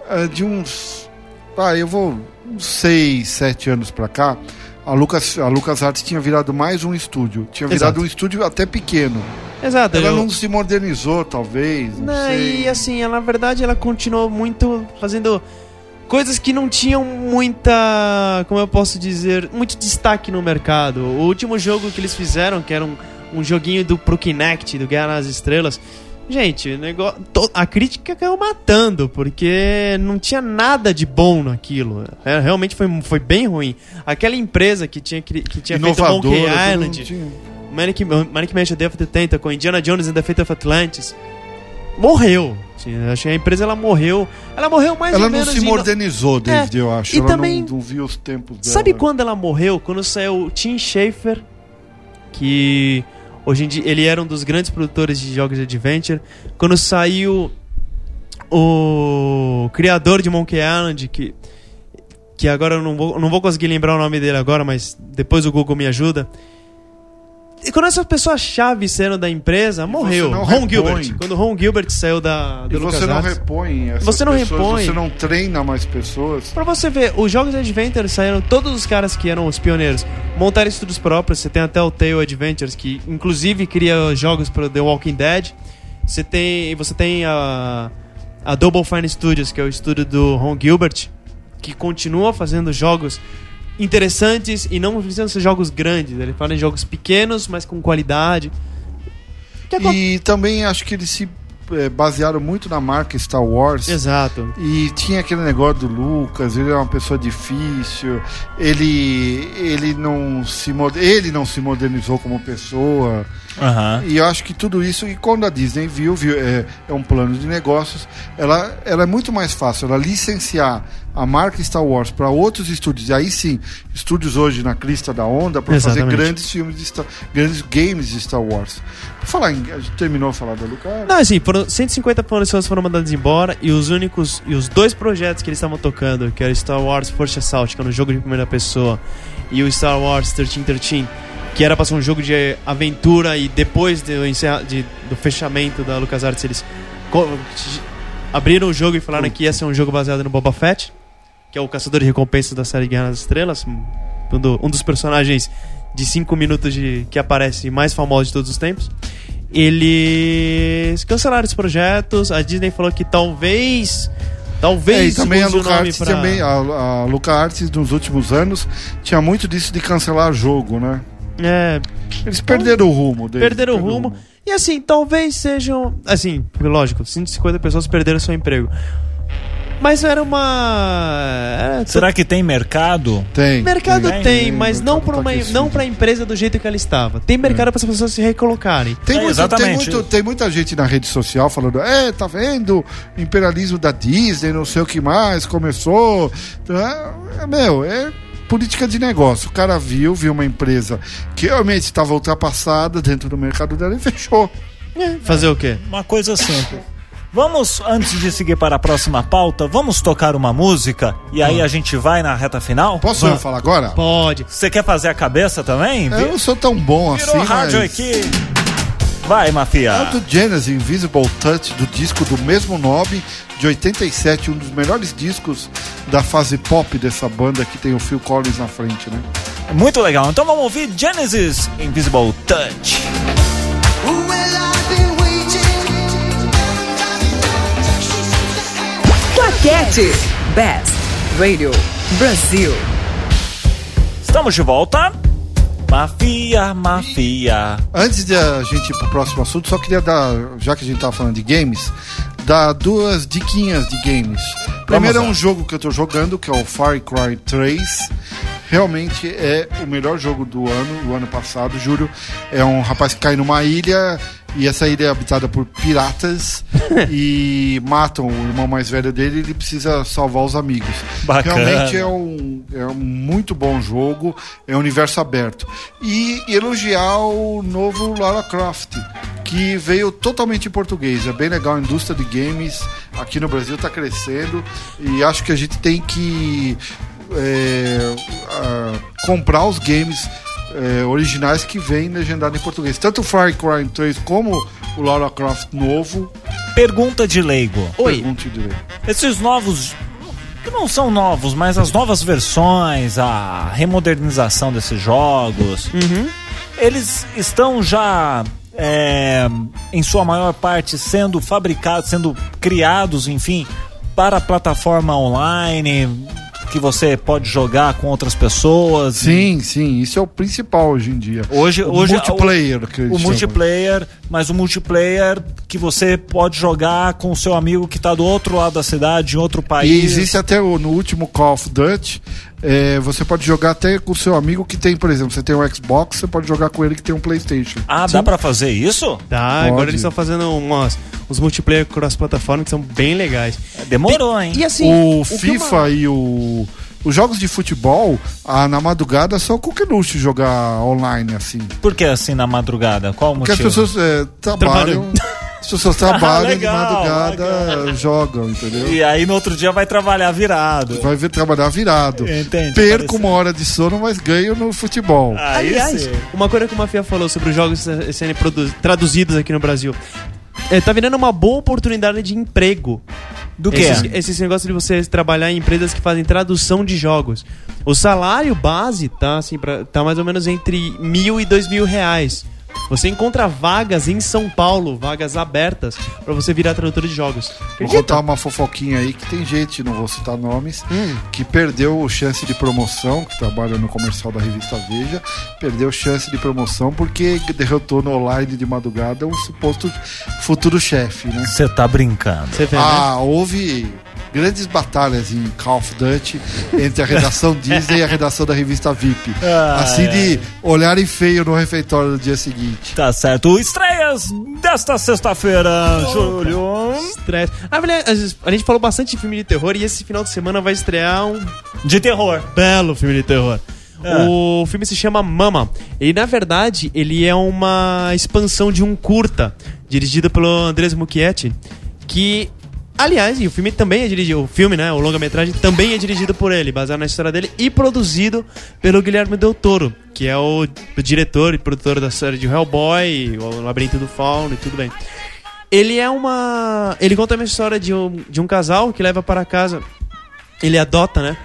é, de uns. Ah, eu vou. uns 6, 7 anos pra cá, a Lucas, a LucasArts tinha virado mais um estúdio. Tinha virado
Exato.
um estúdio até pequeno.
Exato.
Ela
eu-
não se modernizou, talvez. Não,
Né,
sei.
e assim, ela, na verdade, ela continuou muito fazendo coisas que não tinham muita, como eu posso dizer, muito destaque no mercado. O último jogo que eles fizeram, que era um, um joguinho do pro Kinect, do Guerra nas Estrelas, gente, o negócio, to- a crítica caiu matando, porque não tinha nada de bom naquilo. É, realmente foi, foi bem ruim. Aquela empresa que tinha, cri- que tinha feito
Inovadora,
Monkey
todo mundo
Island,
tinha.
Manic, Manic Mansion Day of the Tentacle, Indiana Jones and the Fate of Atlantis, morreu. Assim, eu achei a empresa ela morreu. Ela morreu mais
Ela
ou
não
menos.
se
em no-
modernizou, David, eu acho.
É, e
ela
também-
não, não viu os tempos dela.
Sabe quando ela morreu? Quando saiu o Tim Schafer, que hoje em dia ele era um dos grandes produtores de jogos de adventure. Quando saiu o criador de Monkey Island, que que agora eu não vou, não vou conseguir lembrar o nome dele agora, mas depois o Google me ajuda. E quando essas pessoas chave saíram da empresa, morreu.
não
Ron
repõe.
Gilbert. Quando Ron Gilbert saiu da
E
do
você não
LucasArts.
repõe essas
Você não
pessoas,
repõe.
você não treina mais pessoas.
Pra você ver, os jogos de Adventure saíram todos os caras que eram os pioneiros. Montaram estudos próprios, você tem até o Tale Adventures, que inclusive cria jogos para The Walking Dead. Você tem, você tem a, a Double Fine Studios, que é o estúdio do Ron Gilbert, que continua fazendo jogos interessantes e não precisam ser jogos grandes. Ele fala em jogos pequenos, mas com qualidade. Que acon-
E também acho que eles se eh, basearam muito na marca Star Wars.
Exato.
E tinha aquele negócio do Lucas, ele era uma pessoa difícil, ele, ele, não, se, mod- ele não se modernizou como pessoa.
Aham.
E eu acho que tudo isso, e quando a Disney viu, viu é, é um plano de negócios, ela, ela é muito mais fácil ela licenciar a marca Star Wars para outros estúdios. E aí sim, estúdios hoje na crista da onda para fazer
Exatamente.
grandes filmes de Star, grandes games de Star Wars. Por falar em, a gente terminou de falar da Lucas.
Não, assim, foram 150 pessoas foram mandadas embora e os únicos e os dois projetos que eles estavam tocando, que era Star Wars Force Assault, que era um jogo de primeira pessoa, e o Star Wars 1313, que era pra ser um jogo de aventura e depois do, encerra- de- do fechamento da LucasArts eles co- abriram o jogo e falaram
Hum.
que ia ser um jogo baseado no Boba Fett, que é o caçador de recompensas da série Guerra nas Estrelas, um, do- um dos personagens de 5 minutos de que aparece mais famoso de todos os tempos. eles cancelaram os projetos. A Disney falou que talvez.
É, e
Talvez
também a
use o nome
LucasArts
pra...
também, a, a LucasArts nos últimos anos tinha muito disso de cancelar jogo, né?
É,
Eles perderam o rumo deles,
perderam o rumo. E assim, talvez sejam. Assim, lógico, 150 pessoas perderam seu emprego. Mas era uma. Era
Será que tem mercado?
Tem.
O mercado
Tem,
tem,
tem,
mas
o
não Hum.
mercado
para
tá
uma,
aquecido.
não para a empresa do jeito que ela estava. Tem mercado para as pessoas se recolocarem.
Tem,
É,
muito- tem,
exatamente.
muito- tem muita gente na rede social falando, é, tá vendo? Imperialismo da Disney, não sei o que mais, começou. É, é, meu, é política de negócio. O cara viu, viu uma empresa que realmente estava ultrapassada dentro do mercado dela e fechou.
É, Fazer o quê?
Uma coisa simples. Vamos, antes de seguir para a próxima pauta, vamos tocar uma música e aí a gente vai na reta final?
Posso eu falar agora?
Pode.
Você quer fazer a cabeça também?
Eu não sou tão bom
Virou
assim,
rádio
mas...
aqui. Vai, Mafia.
É do Genesis Invisible Touch, do disco do mesmo nome, de 87, um dos melhores discos da fase pop dessa banda que tem o Phil Collins na frente, né?
Muito legal. Então vamos ouvir Genesis Invisible Touch.
Claquete. Best Radio Brasil.
Estamos de volta. Mafia, mafia.
Antes de a gente ir pro próximo assunto, só queria dar, já que a gente tava falando de games, dar duas diquinhas de games. Primeiro é
lá.
um jogo que eu tô jogando, que é o Far Cry 3. Realmente é o melhor jogo do ano, do ano passado, juro. É um rapaz que cai numa ilha e essa ilha é habitada por
[LAUGHS]
piratas e matam o irmão mais velho dele e ele precisa salvar os amigos.
Bacana.
Realmente é um, é um muito bom jogo, é um universo aberto. E elogiar o novo Lara Croft, que veio totalmente em português. É bem legal, a indústria de games aqui no Brasil está crescendo e acho que a gente tem que é, ah, comprar os games é, originais que vêm legendado em português. Tanto o Far Cry 3 como o Lara Croft novo.
Pergunta de leigo.
Oi.
pergunte direito.
Esses novos. Que não são novos, mas as novas versões, a remodernização desses jogos. Eles estão já. é, em sua maior parte sendo fabricados, sendo criados, enfim, para a plataforma online que você pode jogar com outras pessoas.
Sim, sim, isso é o principal hoje em dia.
Hoje,
O
hoje
multiplayer, que eles
o
chamam.
multiplayer, mas o multiplayer que você pode jogar com o seu amigo que tá do outro lado da cidade, em outro país.
E existe até o- no último Call of Duty, é, você pode jogar até com o seu amigo que tem, por exemplo, você tem um Xbox, você pode jogar com ele que tem um Playstation.
Ah, dá pra fazer isso?
Tá,
Pode.
agora eles estão fazendo umas, uns multiplayer cross-plataforma que são bem legais.
É, Demorou, hein?
E assim.
o,
que
FIFA e o. Os jogos de futebol, ah, na madrugada, é só coqueluche jogar online, assim.
Por que assim na madrugada? Qual o
Porque
motivo?
as pessoas é, trabalham. [LAUGHS] As pessoas trabalham e de
legal,
madrugada jogam, entendeu?
E aí no outro dia vai trabalhar virado.
Vai ver trabalhar virado.
Entende?
Perco
Parece-
uma hora de sono, mas ganho no futebol.
Aí
Aliás,
sim.
é uma coisa que o Mafia falou sobre os jogos sendo produ- traduzidos aqui no Brasil. É, tá virando uma boa oportunidade de emprego.
Do que?
Esses, esses negócios de você trabalhar em empresas que fazem tradução de jogos. O salário base tá, assim, pra- tá mais ou menos entre mil e dois mil reais. Você encontra vagas em São Paulo, vagas abertas, pra você virar tradutor de jogos.
Vou contar uma fofoquinha aí que tem gente, não vou citar nomes, que perdeu chance de promoção, que trabalha no comercial da revista Veja, perdeu chance de promoção porque derrotou no online de madrugada um suposto futuro chefe, né?
Você tá brincando.
Você vê, né?
Ah, houve grandes batalhas em Call of Duty entre a redação Disney e a redação da revista VIP.
Ah,
assim
é.
de olharem feio no refeitório no dia seguinte.
Tá certo. Estreias desta sexta-feira, Júlio.
Estresse. Na verdade, a gente- a gente falou bastante de filme de terror e esse final de semana vai estrear um
De terror.
belo filme de terror.
É.
O filme se chama Mama. E na verdade, ele é uma expansão de um curta, dirigido pelo Andrés Mucchietti, que aliás, e o filme também é dirigido, o filme, né, o longa-metragem também é dirigido por ele, baseado na história dele e produzido pelo Guilherme Del Toro, que é o diretor e produtor da série de Hellboy, o Labirinto do Fauno e tudo bem. Ele é uma, ele conta uma história de um, de um casal que leva para casa ele adota, né?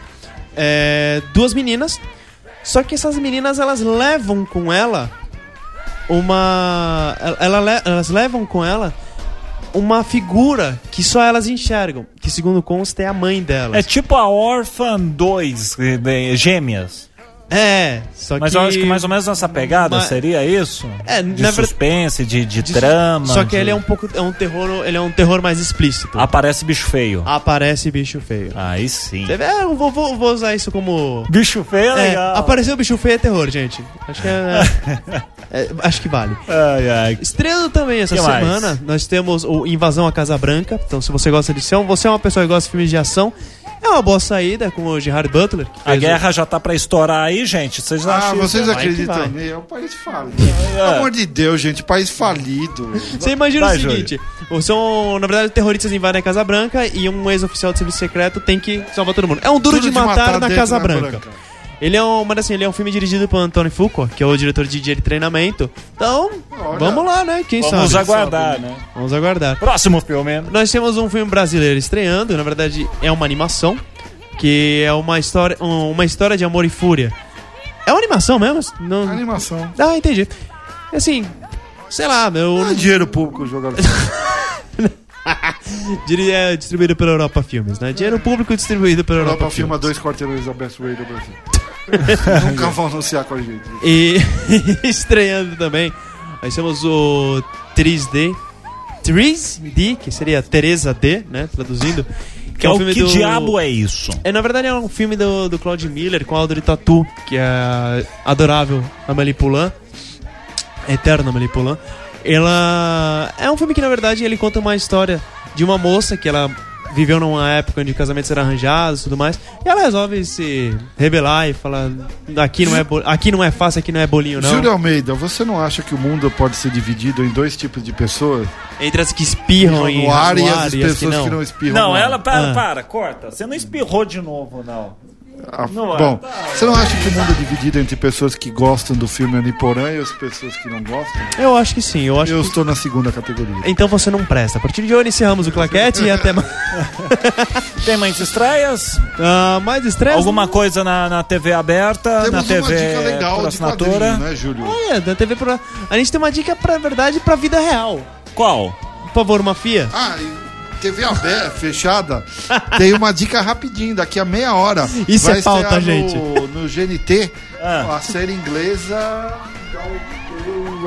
é, duas meninas. Só que essas meninas elas levam com ela uma. ela- ela- elas levam com ela uma figura que só elas enxergam, que segundo consta é a mãe
É
delas.
tipo a Orphan 2, eh, de- gêmeas.
É, só
Mas
que.
eu acho que mais ou menos nessa pegada
Mas-
seria isso?
É,
de
na verdade-
suspense, de, de, trama.
Só que
de-
ele é um pouco. É um terror, ele é um terror mais explícito.
Aparece bicho feio.
Aparece bicho feio.
Aí sim.
Você vê, ah, eu vou, vou- vou usar isso como.
Bicho feio é
É,
legal.
apareceu o bicho feio é terror, gente. Acho que é- é, acho que vale.
Ai, ai.
Estreando também essa
Que mais?
semana, nós temos o Invasão à Casa Branca. Então, se você gosta de ação, você é uma pessoa que gosta de filmes de ação, é uma boa saída com o Gerard Butler. que
A
fez o-
guerra já tá pra estourar aí, gente. Vocês
Ah,
acham?
vocês
vai que
acreditam
vai.
nisso? É um país falido. Pelo amor de Deus, gente, país falido.
Você imagina
Vai,
o seguinte: são, na verdade, terroristas invadem a Casa Branca e um ex-oficial de serviço secreto tem que salvar todo mundo. É um duro
Tudo
de matar, na
dentro né,
Casa
da
Branca. Ele é um, mas assim, ele é um filme dirigido por Antônio Fuqua, que é o diretor de dia de treinamento. Então,
Olha.
vamos lá, né? Quem
Vamos
sabe?
aguardar, né?
Vamos aguardar.
Próximo filme.
Nós temos um filme brasileiro estreando, na verdade é uma animação, que é uma história, um- uma história de amor e fúria. É uma animação mesmo? Não...
Animação.
Ah, entendi. Assim, sei lá, meu.
Não é dinheiro público jogado.
Diri- é distribuído pela Europa Filmes, né? Dinheiro público distribuído pela Europa,
Europa
Filmes.
filma dois quarteirões da Best Way do Brasil. Nunca vão anunciar com a gente.
E [LAUGHS] estreando também, nós temos o 3D. 3D, que seria Teresa D, né? Traduzindo.
um
um
Que é o que diabo é isso?
É, na verdade, é um filme do, do Claude Miller com a Audrey Tatu, que é a adorável Amélie Poulain, a eterna Amélie Poulain. Ela é um filme que, na verdade, ele conta uma história de uma moça que ela viveu numa época onde casamentos eram arranjados e tudo mais. E ela resolve se rebelar e falar: aqui não é, bo- aqui não é fácil, aqui não é bolinho, não.
Júlio Almeida, você não acha que o mundo pode ser dividido em dois tipos de pessoas?
Entre as que espirram em
no ar e as pessoas
que não.
espirram. no
Não,
ar?
ela. Para,
Ah.
para, corta. Você não espirrou de novo, não.
Ah,
no
é.
ar,
bom,
tá.
você não acha que o mundo é dividido entre pessoas que gostam do filme Aniporã e as pessoas que não gostam?
Eu acho que sim, eu acho
Eu
que.
estou na segunda categoria.
Então você não presta. A partir de hoje encerramos o claquete e até mais.
Tem mais estreias?
[LAUGHS] Ah, mais estresse?
Alguma coisa na, na TV aberta? na
Temos
TV
uma dica
por
legal de
assinatura?
quadrinho, né, Júlio?
É, da TV por... A gente tem uma dica pra verdade pra vida real.
Qual?
Por favor, Mafia.
Ah, e TV aberta, fechada, tem uma dica rapidinho, daqui a meia hora.
Isso
Vai
é pauta,
estrear
gente.
No, no GNT,
Ah.
a série inglesa...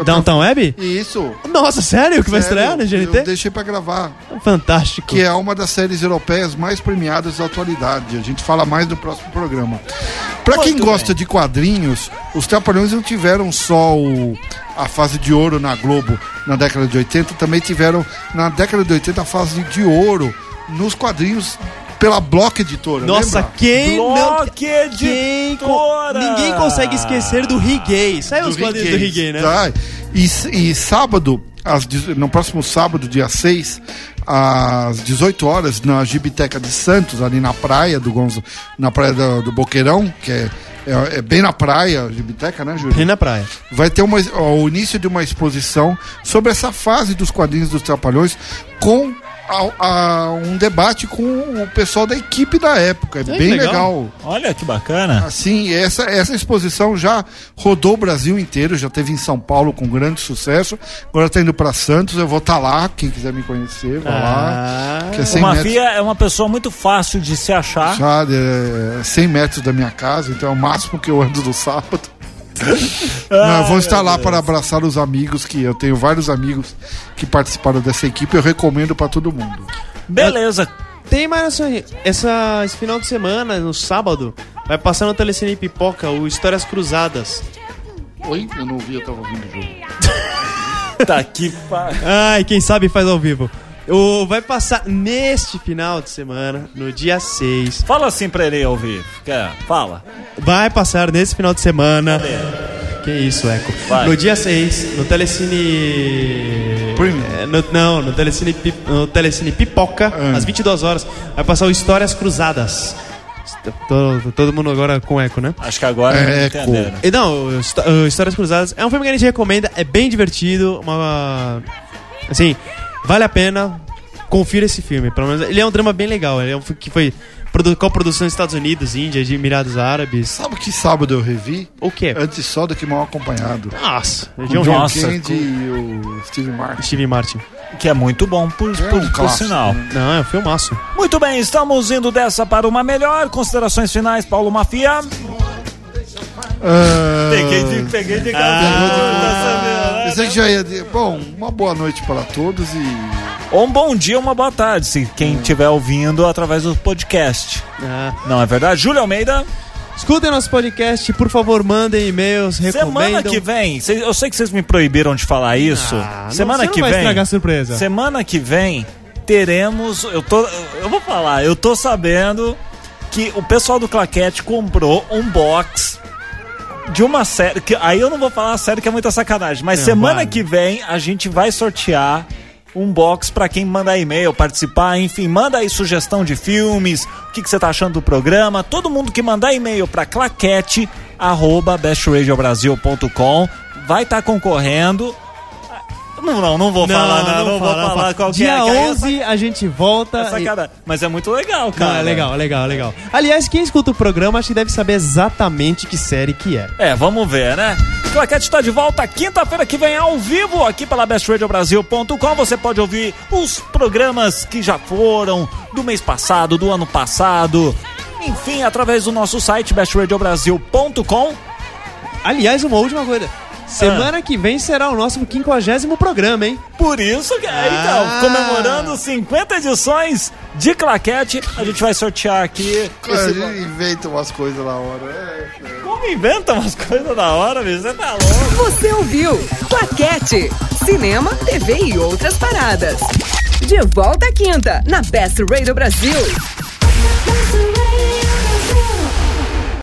Downtown Web?
Isso.
Nossa, sério? Que vai estrear no
Sério, Eu
GNT?
deixei pra gravar.
Fantástico.
que é uma das séries europeias mais premiadas da atualidade. A gente fala mais no próximo programa. Pra quem
Muito
gosta de quadrinhos, os Trapalhões não tiveram só o- a fase de ouro na Globo na década de 80, também tiveram na década de 80 a fase de ouro nos quadrinhos pela Block Editora.
Nossa,
lembra?
quem não...
Bloque
Quem co-
editora!
Ninguém consegue esquecer do Higuei. Sai os
Do
quadrinhos do
Rick
Higuei, né?
Gates, tá? E, s- e sábado, às dezo- no próximo sábado, dia 6, às 18 horas, na Gibiteca de Santos, ali na praia do Gonzo, na praia do, do Boqueirão, que é, é, é bem na praia, a Gibiteca, né, Júlio?
Tem na praia.
vai ter uma, ó, o início de uma exposição sobre essa fase dos quadrinhos dos Trapalhões com a- a- um debate com o pessoal da equipe da época. É
que
bem
legal.
legal.
Olha que bacana.
Assim, essa, essa exposição já rodou o Brasil inteiro, já teve em São Paulo com grande sucesso. Agora está indo para Santos, eu vou estar lá, quem quiser me conhecer, vá
Ah.
lá. Que é 100
o
metros,
Mafia é uma pessoa muito fácil de se achar.
já, é, 100 metros da minha casa, então é o máximo que eu ando no sábado. Não, eu vou estar lá para abraçar os amigos, que eu tenho vários amigos que participaram dessa equipe, eu recomendo para todo mundo.
Beleza.
Tem mais essa, essa- esse final de semana, no sábado, vai passar no Telecine Pipoca o Histórias Cruzadas.
Oi? Eu não vi, eu tava ouvindo o jogo.
Tá aqui. pa-
Ai, quem sabe faz ao vivo. O, vai passar neste final de semana, no dia 6.
Fala assim pra ele ouvir. Quer? Fala.
Vai passar nesse final de semana. Que isso, Eco.
Vai.
No dia 6, no Telecine.
Premium.
É, no- não, no Telecine, Pi- no Telecine Pipoca,
Ah.
às 22 horas, vai passar o Histórias Cruzadas. Tô- tô- todo mundo agora com eco, né?
Acho que agora
É,
entenderam.
E não, o Histó- o Histórias Cruzadas é um filme que a gente recomenda, é bem divertido, uma. Assim, vale a pena. Confira esse filme, pelo menos. Ele é um drama bem legal, ele é um fi- que foi produ- coprodução Estados Unidos, Índia, de Emirados Árabes.
Sabe que sábado eu revi?
O quê?
Antes só do que mal acompanhado.
Nossa,
Com
John
John
Hughes.
Nossa,
Candy e o Steve Martin.
Steve Martin.
Que é muito bom, por,
É
por-
um
por
clássico,
sinal.
né?
Não, é um filmaço.
Muito bem, estamos indo dessa para uma melhor. Considerações finais, Paulo Mafia.
Ah,
peguei de Ah. tá
pensei que já ia dizer- é Bom, uma boa noite para todos e.
Ou um bom dia, uma boa tarde, se quem estiver ouvindo através do podcast.
Ah.
Não é verdade? Júlio Almeida,
Escutem nosso podcast, por favor, mandem e-mails, recomendam.
semana que vem, cês- eu sei que vocês me proibiram de falar isso.
Ah, não,
semana
você não
que
vai
vem.
estragar a surpresa.
Semana que vem teremos, eu tô, eu vou falar, eu tô sabendo que o pessoal do Claquete comprou um box de uma série que aí eu não vou falar a série que é muita sacanagem, mas
Não,
semana
vale.
que vem a gente vai sortear um box pra quem mandar e-mail, participar, enfim, manda aí sugestão de filmes, o que, que você tá achando do programa, todo mundo que mandar e-mail pra claquete arroba bestradiobrasil.com vai estar concorrendo não, não, não vou falar nada, não, vou falar, qual que é.
Dia
que aí é
11 a gente volta.
saca-
e-
sacada. Mas tá é muito legal,
Não,
cara.
é legal, legal, legal. Aliás, quem escuta o programa acho que deve saber exatamente que série que é.
É, vamos ver, né? Claquete tá de volta quinta-feira que vem ao vivo aqui pela bestradiobrasil.com. Você pode ouvir os programas que já foram do mês passado, do ano passado. Enfim, através do nosso site bestradiobrasil.com.
Aliás, uma última coisa.
Ah.
Semana que vem será o nosso 50 programa, hein?
Por isso que, é, então,
Ah.
comemorando 50 edições de Claquete, a gente vai sortear aqui
Cara,
esse
ele inventa umas coisas na hora. É, é.
Como inventa umas coisas da hora, bicho? Você tá louco?
Você ouviu? Claquete. Cinema, TV e outras paradas. De volta à quinta, na Best Radio Brasil.
Best Radio